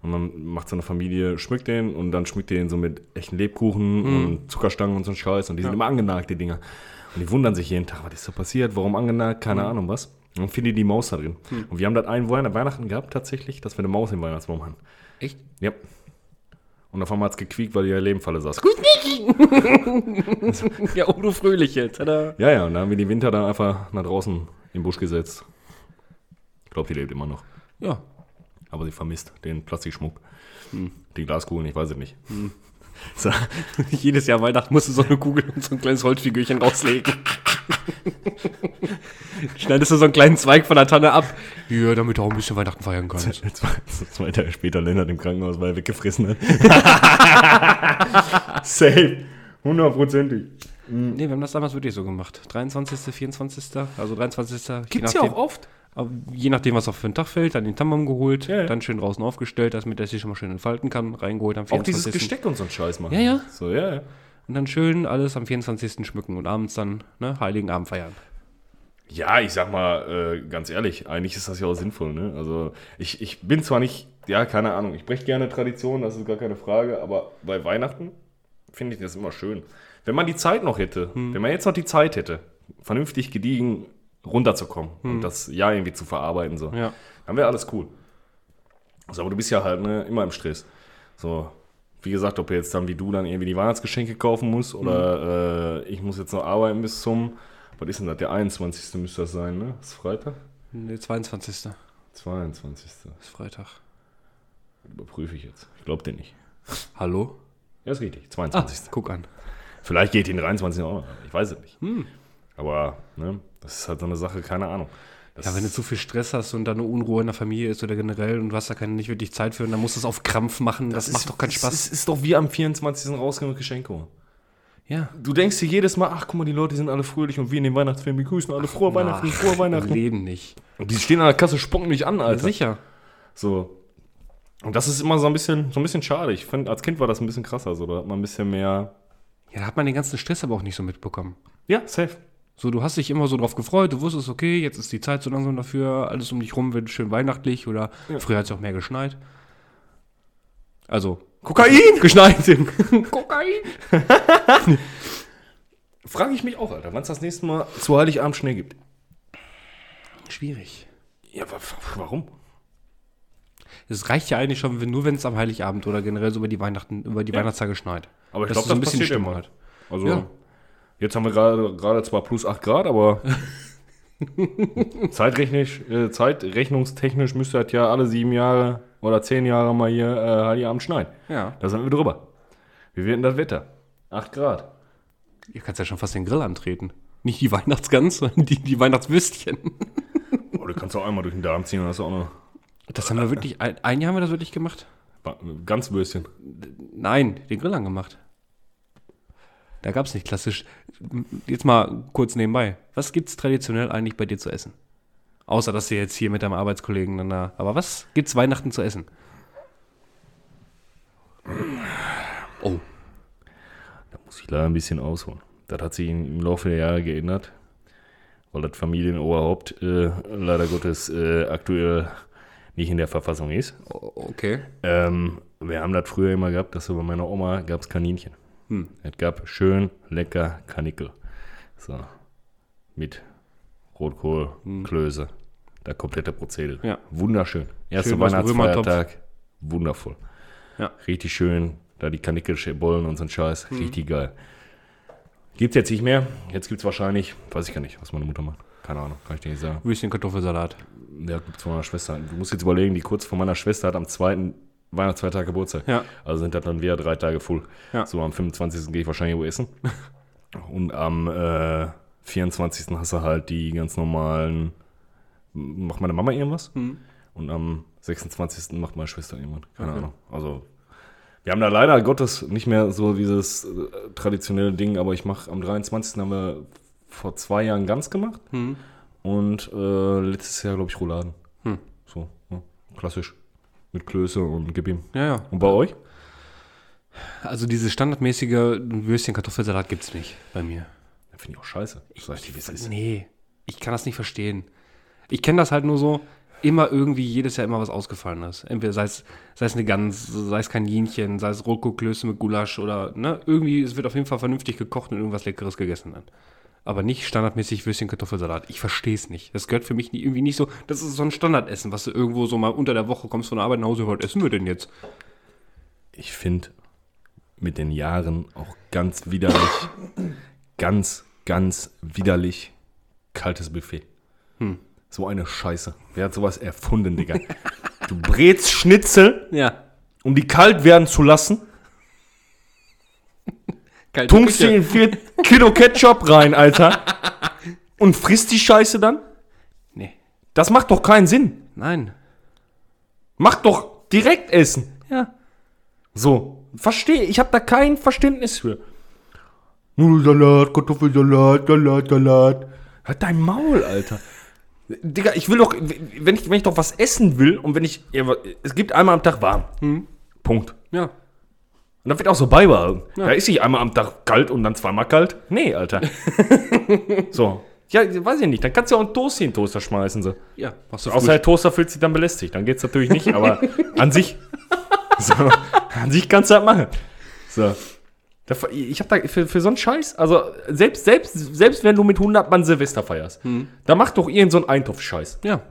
Und dann macht so eine Familie, schmückt den und dann schmückt den so mit echten Lebkuchen und Zuckerstangen und so ein Scheiß. Und die sind immer angenagt, die Dinger. Und die wundern sich jeden Tag, was ist da passiert, warum angenagt, keine Ahnung was. Und dann findet die Maus da drin. Und wir haben das einen Weihn- Weihnachten gehabt tatsächlich, dass wir eine Maus im Weihnachtsbaum hatten. Echt? Ja. Und auf einmal hat es gequiekt, weil die ja Lebenfalle saß. Ja, oh du Fröhliche. Tada. Ja, ja, und dann haben wir die Winter dann einfach nach draußen im Busch gesetzt. Ich glaube, die lebt immer noch. Ja. Aber sie vermisst den Plastikschmuck. Die Glaskugeln, ich weiß es nicht. So, Jedes Jahr Weihnachten musst du so eine Kugel und so ein kleines Holzfigürchen rauslegen. Schneidest du so einen kleinen Zweig von der Tanne ab. Ja, damit du auch ein bisschen Weihnachten feiern kannst. jetzt war- zwei Tage später Lennart im Krankenhaus, weil er weggefressen hat. Safe. Hundertprozentig. Nee, wir haben das damals wirklich so gemacht. 23., 24., also 23. Gibt's je ja nachdem, auch oft. Aber Je nachdem, was auf für einen Tag fällt, dann den Tannenbaum geholt, Ja, ja. dann schön draußen aufgestellt, damit er sich schon mal schön entfalten kann, reingeholt am 24. Auch dieses Gesteck und so ein Scheiß machen. Ja, ja. So, ja, ja. Und dann schön alles am 24. schmücken und abends dann, ne, Heiligen Abend feiern. Ja, ich sag mal, äh, ganz ehrlich, eigentlich ist das ja auch sinnvoll, ne? Also ich, ich bin zwar nicht, ja, keine Ahnung, ich breche gerne Traditionen, das ist gar keine Frage, aber bei Weihnachten finde ich das immer schön. Wenn man die Zeit noch hätte, wenn man jetzt noch die Zeit hätte, vernünftig gediegen runterzukommen und das Jahr irgendwie zu verarbeiten, so, Ja. dann wäre alles cool. So, aber du bist ja halt ne, immer im Stress. So, wie gesagt, ob jetzt dann wie du dann irgendwie die Weihnachtsgeschenke kaufen musst oder äh, ich muss jetzt noch arbeiten bis zum, was ist denn das, der 21. müsste das sein, ne? Ist Freitag? Der 22. 22. Das ist Freitag. überprüfe ich jetzt. Ich glaube dir nicht. Hallo? Ja, ist richtig, Ah, 22. guck an. Vielleicht geht den 23. auch noch, ich weiß es nicht. Hm. Aber, ne, das ist halt so eine Sache, keine Ahnung. Das Ja, wenn du zu viel Stress hast und dann eine Unruhe in der Familie ist oder generell und du hast da keine nicht wirklich Zeit für und dann musst du es auf Krampf machen, das, macht doch keinen Spaß. Es ist, ist doch wie am 24. rausgehen und Geschenke holen. ja. Du denkst dir jedes Mal, ach guck mal, die Leute sind alle fröhlich und wir in den Weihnachtsfilm begrüßen alle frohe Weihnachten, Ach, frohe Weihnachten. Leben nicht. Und die stehen an der Kasse, spucken mich an, Alter. Sicher. So. Und das ist immer so ein bisschen, so ein bisschen schade. Ich finde, als Kind war das ein bisschen krasser, so da hat man ein bisschen mehr. Ja, da hat man den ganzen Stress aber auch nicht so mitbekommen. Ja, safe. So, du hast dich immer so drauf gefreut, du wusstest, okay, jetzt ist die Zeit so langsam dafür, alles um dich rum wird schön weihnachtlich oder früher hat es auch mehr geschneit. Also, Kokain! geschneit. Kokain. Frage ich mich auch, Alter, wann es das nächste Mal zu Heiligabend Schnee gibt. Schwierig. Ja, wa- warum? Es reicht ja eigentlich schon, wenn, nur wenn es am Heiligabend oder generell so über die Weihnachten, über die Weihnachtstage schneit. Aber ich Dass glaub, es das passiert Stimmung immer. hat. Also, Ja. jetzt haben wir gerade gerade zwar plus 8 Grad, aber zeitrechnisch, äh, zeitrechnungstechnisch müsste das ja alle sieben Jahre oder zehn Jahre mal hier äh, Heiligabend schneien. Ja. Da sind wir drüber. Wir werden das Wetter. 8 Grad. Ihr kannst ja schon fast den Grill antreten. Nicht die Weihnachtsgans, sondern die, die Weihnachtswürstchen. Boah, Oh, du kannst auch einmal durch den Darm ziehen und hast auch noch Das haben wir wirklich, ein, ein Jahr haben wir das wirklich gemacht? ba- ganz Würstchen. Nein, den Grill angemacht. Da gab es nicht klassisch. Jetzt mal kurz nebenbei. Was gibt's traditionell eigentlich bei dir zu essen? Außer, dass du jetzt hier mit deinem Arbeitskollegen dann da. Aber was gibt's Weihnachten zu essen? Oh, Muss ich leider ein bisschen ausholen. Das hat sich im Laufe der Jahre geändert, weil das Familienoberhaupt äh, leider Gottes äh, aktuell nicht in der Verfassung ist. okay. Ähm, wir haben das früher immer gehabt, dass so bei meiner Oma gab es Kaninchen. Hm. Es gab schön lecker Kanickel. So. Mit Rotkohl, Klöße. Der komplette Prozedere. Hm. Ja. Wunderschön. Erster Schön aus dem Weihnachtsfeiertag. Wundervoll. Ja. Hm. Richtig schön. Da die Kanickelbollen und so ein Scheiß. Richtig geil. Gibt's jetzt nicht mehr. Jetzt gibt's wahrscheinlich, weiß ich gar nicht, was meine Mutter macht. Keine Ahnung, kann ich dir nicht sagen. Würstchen Kartoffelsalat. Ja, gibt's von meiner Schwester. Du musst jetzt überlegen, die kurz vor meiner Schwester hat am zweiten Weihnachtsfeiertag Geburtstag. Ja. Also sind das dann wieder drei Tage full. Ja. So am 25. gehe ich wahrscheinlich wo essen. Und am äh, 24. hast du halt die ganz normalen. Macht meine Mama irgendwas? Mhm. Und am 26. macht meine Schwester irgendwas. Keine Ahnung. Also. Wir haben da leider Gottes nicht mehr so dieses äh, traditionelle Ding, aber ich mache am 23. haben wir vor zwei Jahren ganz gemacht Mhm. und äh, letztes Jahr, glaube ich, Rouladen. Hm. So, ja, klassisch. Mit Klöße und gib ihm. Ja, ja. Und bei euch? Also dieses standardmäßige Würstchen Kartoffelsalat gibt's nicht bei mir. Finde ich auch scheiße. Sag ich dir, wie es ist. Nee, ich kann das nicht verstehen. Ich kenne das halt nur so, immer irgendwie jedes Jahr immer was ausgefallen ist. Entweder sei es, sei es eine Gans, sei es Kaninchen, sei es Rotkohlklöße mit Gulasch oder, ne, irgendwie, es wird auf jeden Fall vernünftig gekocht und irgendwas Leckeres gegessen dann. Aber nicht standardmäßig Würstchen Kartoffelsalat. Ich verstehe es nicht. Das gehört für mich nie, irgendwie nicht so. Das ist so ein Standardessen, was du irgendwo so mal unter der Woche kommst von der Arbeit nach Hause. Was essen wir denn jetzt? Ich finde mit den Jahren auch ganz widerlich, ganz, ganz widerlich kaltes Buffet. So eine Scheiße. Wer hat sowas erfunden, Digga? du brätst Schnitzel, Ja. um die kalt werden zu lassen. Kalte tunkst dir in vier Kilo Ketchup rein, Alter. Und frisst die Scheiße dann? Nee. Das macht doch keinen Sinn. Nein. Macht doch direkt essen. Ja. So, verstehe, ich habe da kein Verständnis für. Nudelsalat, Kartoffelsalat, Salat, Salat. Halt dein Maul, Alter. Digga, ich will doch, wenn ich, wenn ich doch was essen will und wenn ich, ja, wa- es gibt einmal am Tag warm. Punkt. Ja. Und dann wird auch so beibehalten. Da ist nicht einmal am Tag kalt und dann zweimal kalt. Nee, Alter. so. Ja, weiß ich nicht. Dann kannst du ja auch einen Toast in den Toaster schmeißen. So. Ja. Machst du Außer der Toaster fühlt sich dann belästigt. Dann geht's natürlich nicht, aber an sich. So, an sich kannst du das machen. So. Da, ich habe da für, für so einen Scheiß, also selbst, selbst, selbst wenn du mit 100 Mann Silvester feierst, da mach doch irgend so einen Eintopf-Scheiß. Ja.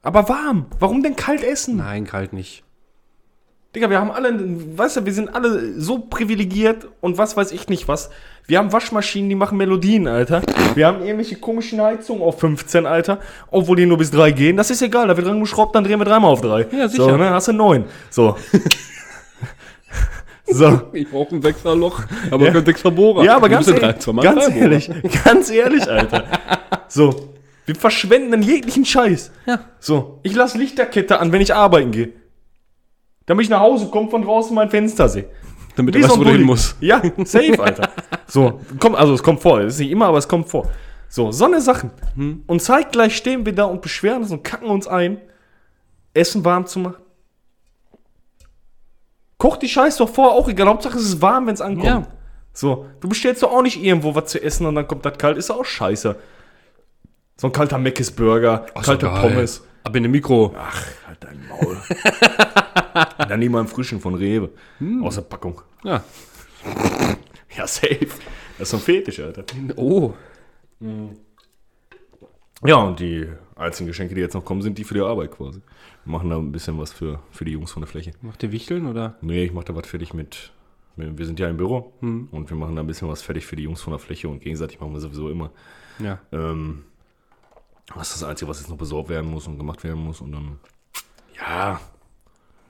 Aber warm. Warum denn kalt essen? Nein, kalt nicht. Digga, wir haben alle, weißt du, wir sind alle so privilegiert und was weiß ich nicht was. Wir haben Waschmaschinen, die machen Melodien, Alter. Wir haben irgendwelche komischen Heizungen auf 15, Alter. Obwohl die nur bis 3 gehen. Das ist egal, da wird dran geschraubt, dann drehen wir dreimal auf 3. Ja, sicher. So, ne, hast du 9. So. so. Ich brauche ein Sechserloch, aber Ja. kein Sechserbohrer. Ja, aber Du ganz, bist ja ehrlich, drei- zweimal ganz Freiburger. ehrlich, ganz ehrlich, Alter. So, wir verschwenden dann jeglichen Scheiß. Ja. So, ich lasse Lichterkette an, wenn ich arbeiten gehe. Damit ich nach Hause komme, von draußen mein Fenster sehe. Damit Wie er so weiß, ein wo du hin Dulli. musst. Ja, safe, Alter. So, komm, also es kommt vor. Es ist nicht immer, aber es kommt vor. So, so eine Sachen. Hm. Und zeitgleich stehen wir da und beschweren uns und kacken uns ein, Essen warm zu machen. Koch die Scheiße doch vor, auch egal. Hauptsache es ist warm, wenn es ankommt. Ja. So, du bestellst doch auch nicht irgendwo was zu essen und dann kommt das kalt. Ist doch auch scheiße. So ein kalter Meckes Burger, kalte Pommes. Ab in den Mikro. Ach, halt dein Maul. dann nehmen wir einen frischen von Rewe. Hm. Aus der Packung. Ja. Ja, safe. Das ist so ein Fetisch, Alter. Oh. Ja, und die einzigen Geschenke, die jetzt noch kommen, sind die für die Arbeit quasi. Wir machen da ein bisschen was für, für die Jungs von der Fläche. Macht ihr Wichteln oder? Nee, ich mache da was fertig mit. Wir wir sind ja im Büro Mhm. und wir machen da ein bisschen was fertig für die Jungs von der Fläche und gegenseitig machen wir sowieso immer. Ja. Ähm, das ist das Einzige, was jetzt noch besorgt werden muss und gemacht werden muss. Und dann, ja,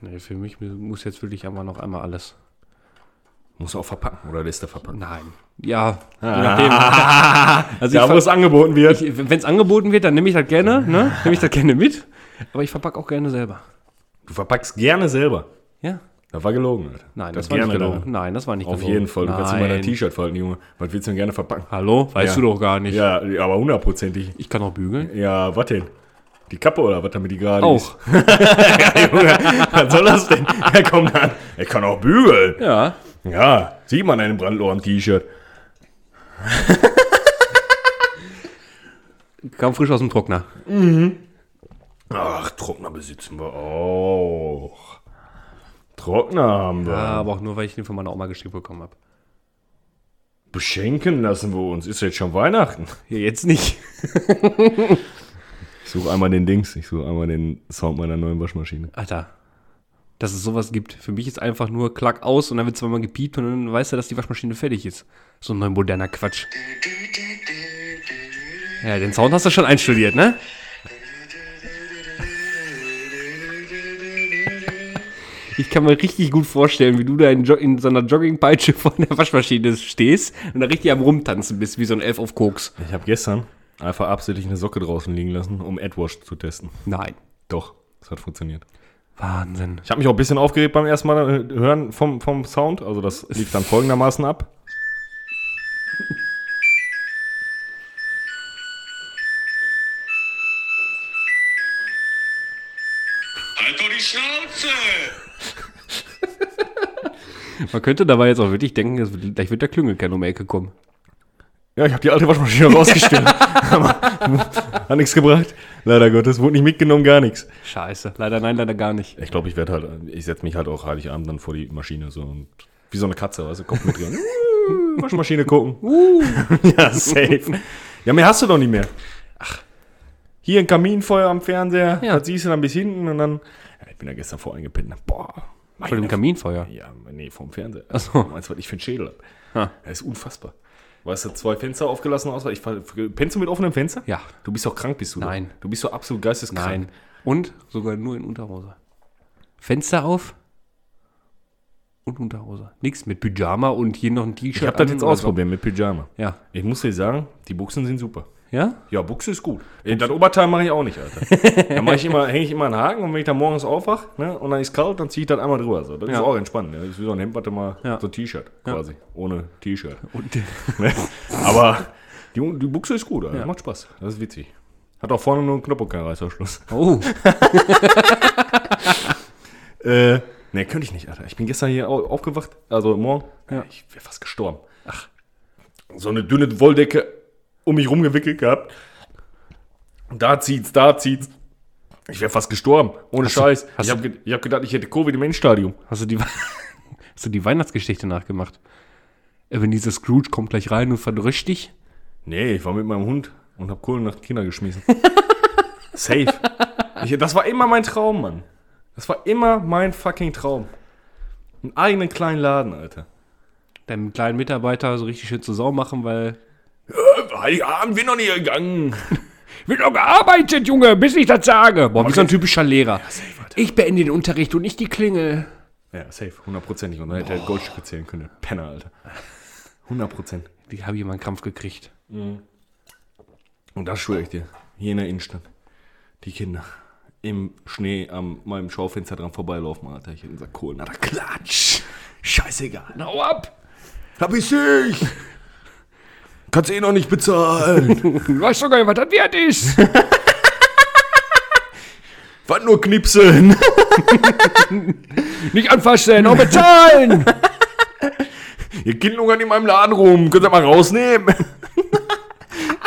Nee, für mich muss jetzt wirklich einfach noch einmal alles. muss auch verpacken oder lässt er verpacken. Nein. Ja, je nachdem. Also ich Da, wo es angeboten wird. Wenn es angeboten wird, dann nehme ich das gerne, ne? Nehme ich das gerne mit. Aber ich verpacke auch gerne selber. Du verpackst gerne selber. Ja? Das war gelogen, Alter. Nein, das, das, war nicht gerne gelogen. gelogen. Nein, das war nicht Auf gelogen. jeden Fall. Du Nein. kannst immer dein T-Shirt falten, Junge. Was willst du denn gerne verpacken? Hallo? Weißt Ja. du doch gar nicht. Ja, aber hundertprozentig. Ich kann auch bügeln. Ja, was denn? Die Kappe oder was, damit die gerade ist? Auch. Was soll das denn? Er kommt an. Er kann auch bügeln. Ja. Ja, sieht man einen Brandlohr am T-Shirt. Kam frisch aus dem Trockner. Ach, Trockner besitzen wir auch. Trockner haben wir. Ja, Ah, aber auch nur, weil ich den von meiner Oma geschenkt bekommen habe. Beschenken lassen wir uns. Ist jetzt schon Weihnachten. Ja, jetzt nicht. Ich suche einmal den Dings. Ich suche einmal den Sound meiner neuen Waschmaschine. Alter. Dass es sowas gibt. Für mich ist einfach nur Klack aus und dann wird zweimal gepiept und dann weißt du, dass die Waschmaschine fertig ist. So ein moderner Quatsch. Ja, den Sound hast du schon einstudiert, ne? Ich kann mir richtig gut vorstellen, wie du da in, Jo- in so einer Joggingpeitsche vor der Waschmaschine stehst und da richtig am Rumtanzen bist, wie so ein Elf auf Koks. Ich habe gestern einfach absichtlich eine Socke draußen liegen lassen, um AdWash zu testen. Nein. Doch, es hat funktioniert. Wahnsinn. Ich habe mich auch ein bisschen aufgeregt beim ersten Mal äh, hören vom, vom Sound. Also das lief dann folgendermaßen ab. Halt doch die Schnauze! Man könnte dabei jetzt auch wirklich denken, es wird, gleich wird der Klüngelkern um die Ecke kommen. Ja, ich habe die alte Waschmaschine rausgestellt. Aber hat nichts gebracht. Leider Gottes, wurde nicht mitgenommen, gar nichts. Scheiße. Leider nein, leider gar nicht. Ich glaube, ich werde halt, ich setze mich halt auch Heiligabend dann vor die Maschine so und wie so eine Katze, weißt du, Kopf mit drin. Waschmaschine gucken. ja, safe. Ja, mehr hast du doch nicht mehr. Ach. Hier ein Kaminfeuer am Fernseher, Ja. ja. das siehst du dann bis hinten und dann. Ja, ich bin da gestern voreingepinnt. ne? Boah. Vor dem meine Kaminfeuer. Ja, nee, vom Fernseher. Ach so. Meinst du, was ich für einen Schädel habe? Ha. Das ist unfassbar. Weißt du, zwei Fenster aufgelassen aus, weil ich fahr- pennst du mit offenem Fenster? Ja. Du bist doch krank, bist du? Nein. Doch. Du bist doch absolut geisteskrank. Nein. Und sogar nur in Unterhose. Fenster auf und Unterhose. Nichts mit Pyjama und hier noch ein T-Shirt. Ich habe das an jetzt oder ausprobiert mit Pyjama. So. Ja. Ich muss dir sagen, die Buchsen sind super. Ja? Ja, Buchse ist gut. Äh, Das Oberteil mache ich auch nicht, Alter. da mache ich immer, hänge ich immer einen Haken und wenn ich dann morgens aufwache ne, und dann ist kalt, dann ziehe ich das einmal drüber. So. Das Ja. ist auch entspannend. Ne? Das ist wie so ein Hemd, warte mal, Ja. so ein T-Shirt quasi. Ohne T-Shirt. Und, Ne? Aber die, die Buchse ist gut, Alter. Ja. macht Spaß. Das ist witzig. Hat auch vorne nur einen Knopf und keinen Reißverschluss. oh. Äh, ne, könnte ich nicht, Alter. Ich bin gestern hier au- aufgewacht, also morgen. Ja. Ich wäre fast gestorben. Ach. So eine dünne Wolldecke um mich rumgewickelt gehabt. Da zieht's, da zieht's. Ich wäre fast gestorben. Ohne Scheiß. hast ich habe ge ich hab gedacht, ich hätte Covid im Endstadium. Hast du die, We- hast du die Weihnachtsgeschichte nachgemacht? Äh, Wenn dieser Scrooge kommt gleich rein und verdröscht dich. Nee, ich war mit meinem Hund und habe Kohlen nach den Kindern geschmissen. Safe. Ich, das war immer mein Traum, Mann. Das war immer mein fucking Traum. Einen eigenen kleinen Laden, Alter. Deinem kleinen Mitarbeiter so richtig schön zu Sau machen, weil. Heiligabend bin noch nie gegangen. Wird doch gearbeitet, Junge, bis ich das sage. Boah, wie so ein typischer Lehrer. Ich beende den Unterricht und nicht die Klingel. Ja, safe, hundertprozentig. Und dann hätte er Goldstücke zählen können. der Penner, Alter. Hundertprozent. Die habe ich immer einen Krampf gekriegt. Und das schwöre ich dir. Hier in der Innenstadt. Die Kinder im Schnee am meinem Schaufenster dran vorbeilaufen, Alter. Ich hätte gesagt, Kohlen, Alter, klatsch. Scheißegal. Hau ab! Hab ich dich. Kannst eh noch nicht bezahlen. Du weißt sogar nicht, was das wert ist. Was nur knipseln. Nicht anfassen, auch bezahlen! Ihr Kind lungert in meinem Laden rum. Könnt ihr mal rausnehmen.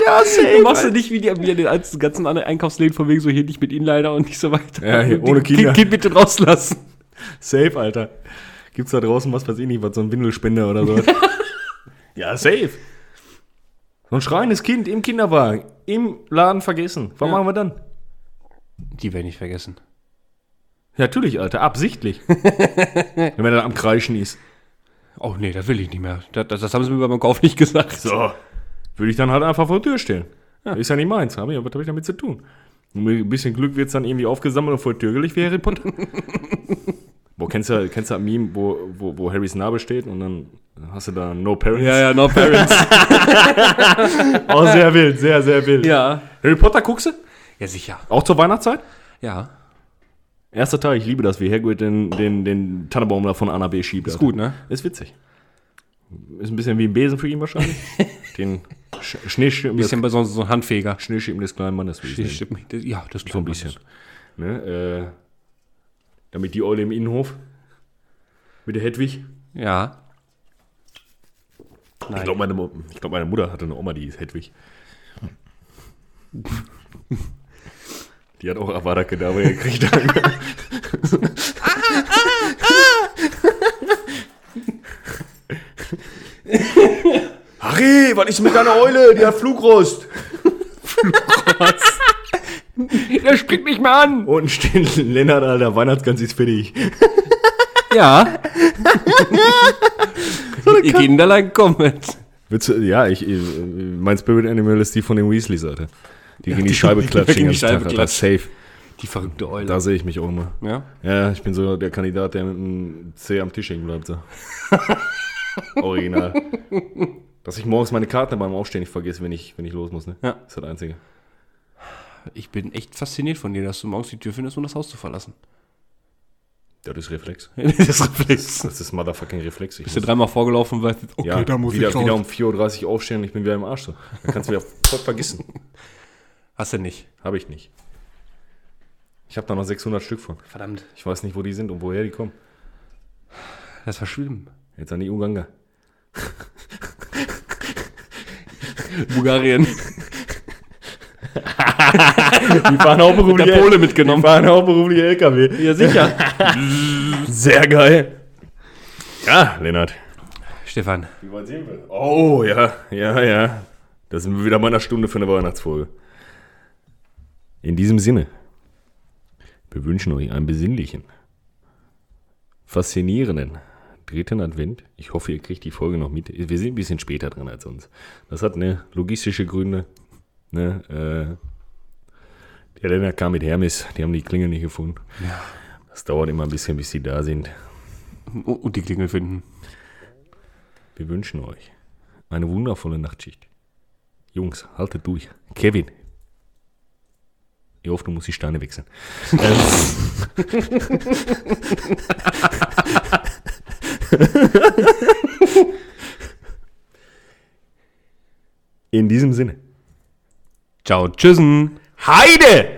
ja, safe. Du machst du nicht wie die wie die ganzen anderen Einkaufsläden von wegen so hier nicht mit Inliner und nicht so weiter. Ja, hier, Die- ohne Kinder. Kind, kind bitte rauslassen. Safe, Alter. Gibt's da draußen was, weiß ich nicht, was so ein Windelspender oder so? ja, safe. So ein schreiendes Kind im Kinderwagen, im Laden vergessen. Was machen wir dann? Die werde ich vergessen. Ja, Natürlich, Alter, absichtlich. Wenn er dann am Kreischen ist. Oh nee, das will ich nicht mehr. Das, das, das haben sie mir beim Kauf nicht gesagt. So. Würde ich dann halt einfach vor die Tür stellen. Ist ja nicht meins, hab ich, was habe ich damit zu tun? Und mit ein bisschen Glück wird es dann irgendwie aufgesammelt und vor die Tür gelegt wie Harry Potter. Boah, kennst du, kennst du das Meme, wo, wo, wo Harrys Narbe steht und dann hast du da No Parents? Ja, ja, no parents. Oh, sehr wild, sehr, sehr wild. ja. Harry Potter guckst du? Ja, sicher. Auch zur Weihnachtszeit? Ja. Erster Teil, ich liebe das, wie Hagrid den, den, den Tannenbaum da von A nach B schiebt. Ist gut, ne? Ist witzig. Ist ein bisschen wie ein Besen für ihn wahrscheinlich. den Sch Schneeschippen des, Bisschen bei so, so einem Handfeger. Schneeschippen des kleinen Mannes. würde ich nennen. Ja, das So ein bisschen. Ne? Äh, damit die Eule im Innenhof. Mit der Hedwig. Ja. Ich glaube, meine, Mu- ich glaub, meine Mutter hatte eine Oma, die hieß Hedwig. Die hat auch Avada Kedavra gekriegt. Harry, was ist mit deiner Eule? Die hat Flugrost. Der springt mich mal an. Unten steht Lennart, Alter, Weihnachtsgans ist fertig. Ja. Die Kinderlein kommen. Willst du, ja, ich, ich- mein Spirit Animal ist die von den Weasleys, Alter. Die gegen die, die- Scheibe die klatschen. gegen die den ganzen Scheibe Tag, Alter, Safe. Die verrückte Eule. Da sehe ich mich auch immer. Ja. Ja, ich bin so der Kandidat, der mit dem C am Tisch hängen bleibt. So. Original. Dass ich morgens meine Karten beim Aufstehen nicht vergesse, wenn ich, wenn ich los muss. Ne? Ja. Ist das Einzige. Ich bin echt fasziniert von dir, dass du morgens die Tür findest, um das Haus zu verlassen. Das ist Reflex. Das ist Reflex. Das ist motherfucking Reflex. Ich Bist du dreimal vorgelaufen, weil okay, ja, da muss wieder, ich wieder raus. um 4.30 Uhr aufstehen und ich bin wieder im Arsch. So. Dann kannst du wieder voll vergessen. Hast du nicht. Habe ich nicht. Ich habe da noch 600 Stück von. Verdammt. Ich weiß nicht, wo die sind und woher die kommen. Das war schlimm. Jetzt an die Uganga. Bulgarien. Die fahren hauptberuflich Der Pole mitgenommen. Die fahren hauptberuflich LKW. Ja, sicher. Sehr geil. Ja, Lennart. Stefan, Wie weit sehen wir? Oh, ja, ja, ja. Da sind wir wieder bei einer Stunde für eine Weihnachtsfolge. In diesem Sinne, wir wünschen euch einen besinnlichen, faszinierenden dritten Advent. Ich hoffe, ihr kriegt die Folge noch mit. Wir sind ein bisschen später dran als sonst. Das hat ne logistische Gründe. Ne, äh, der Lennart kam mit Hermes, die haben die Klingel nicht gefunden. Das dauert immer ein bisschen, bis sie da sind. U- und die Klingel finden. Wir wünschen euch eine wundervolle Nachtschicht. Jungs, haltet durch. Kevin. Ich hoffe, du musst die Steine wechseln. Ähm. In diesem Sinne. Ciao, tschüssen. Heide!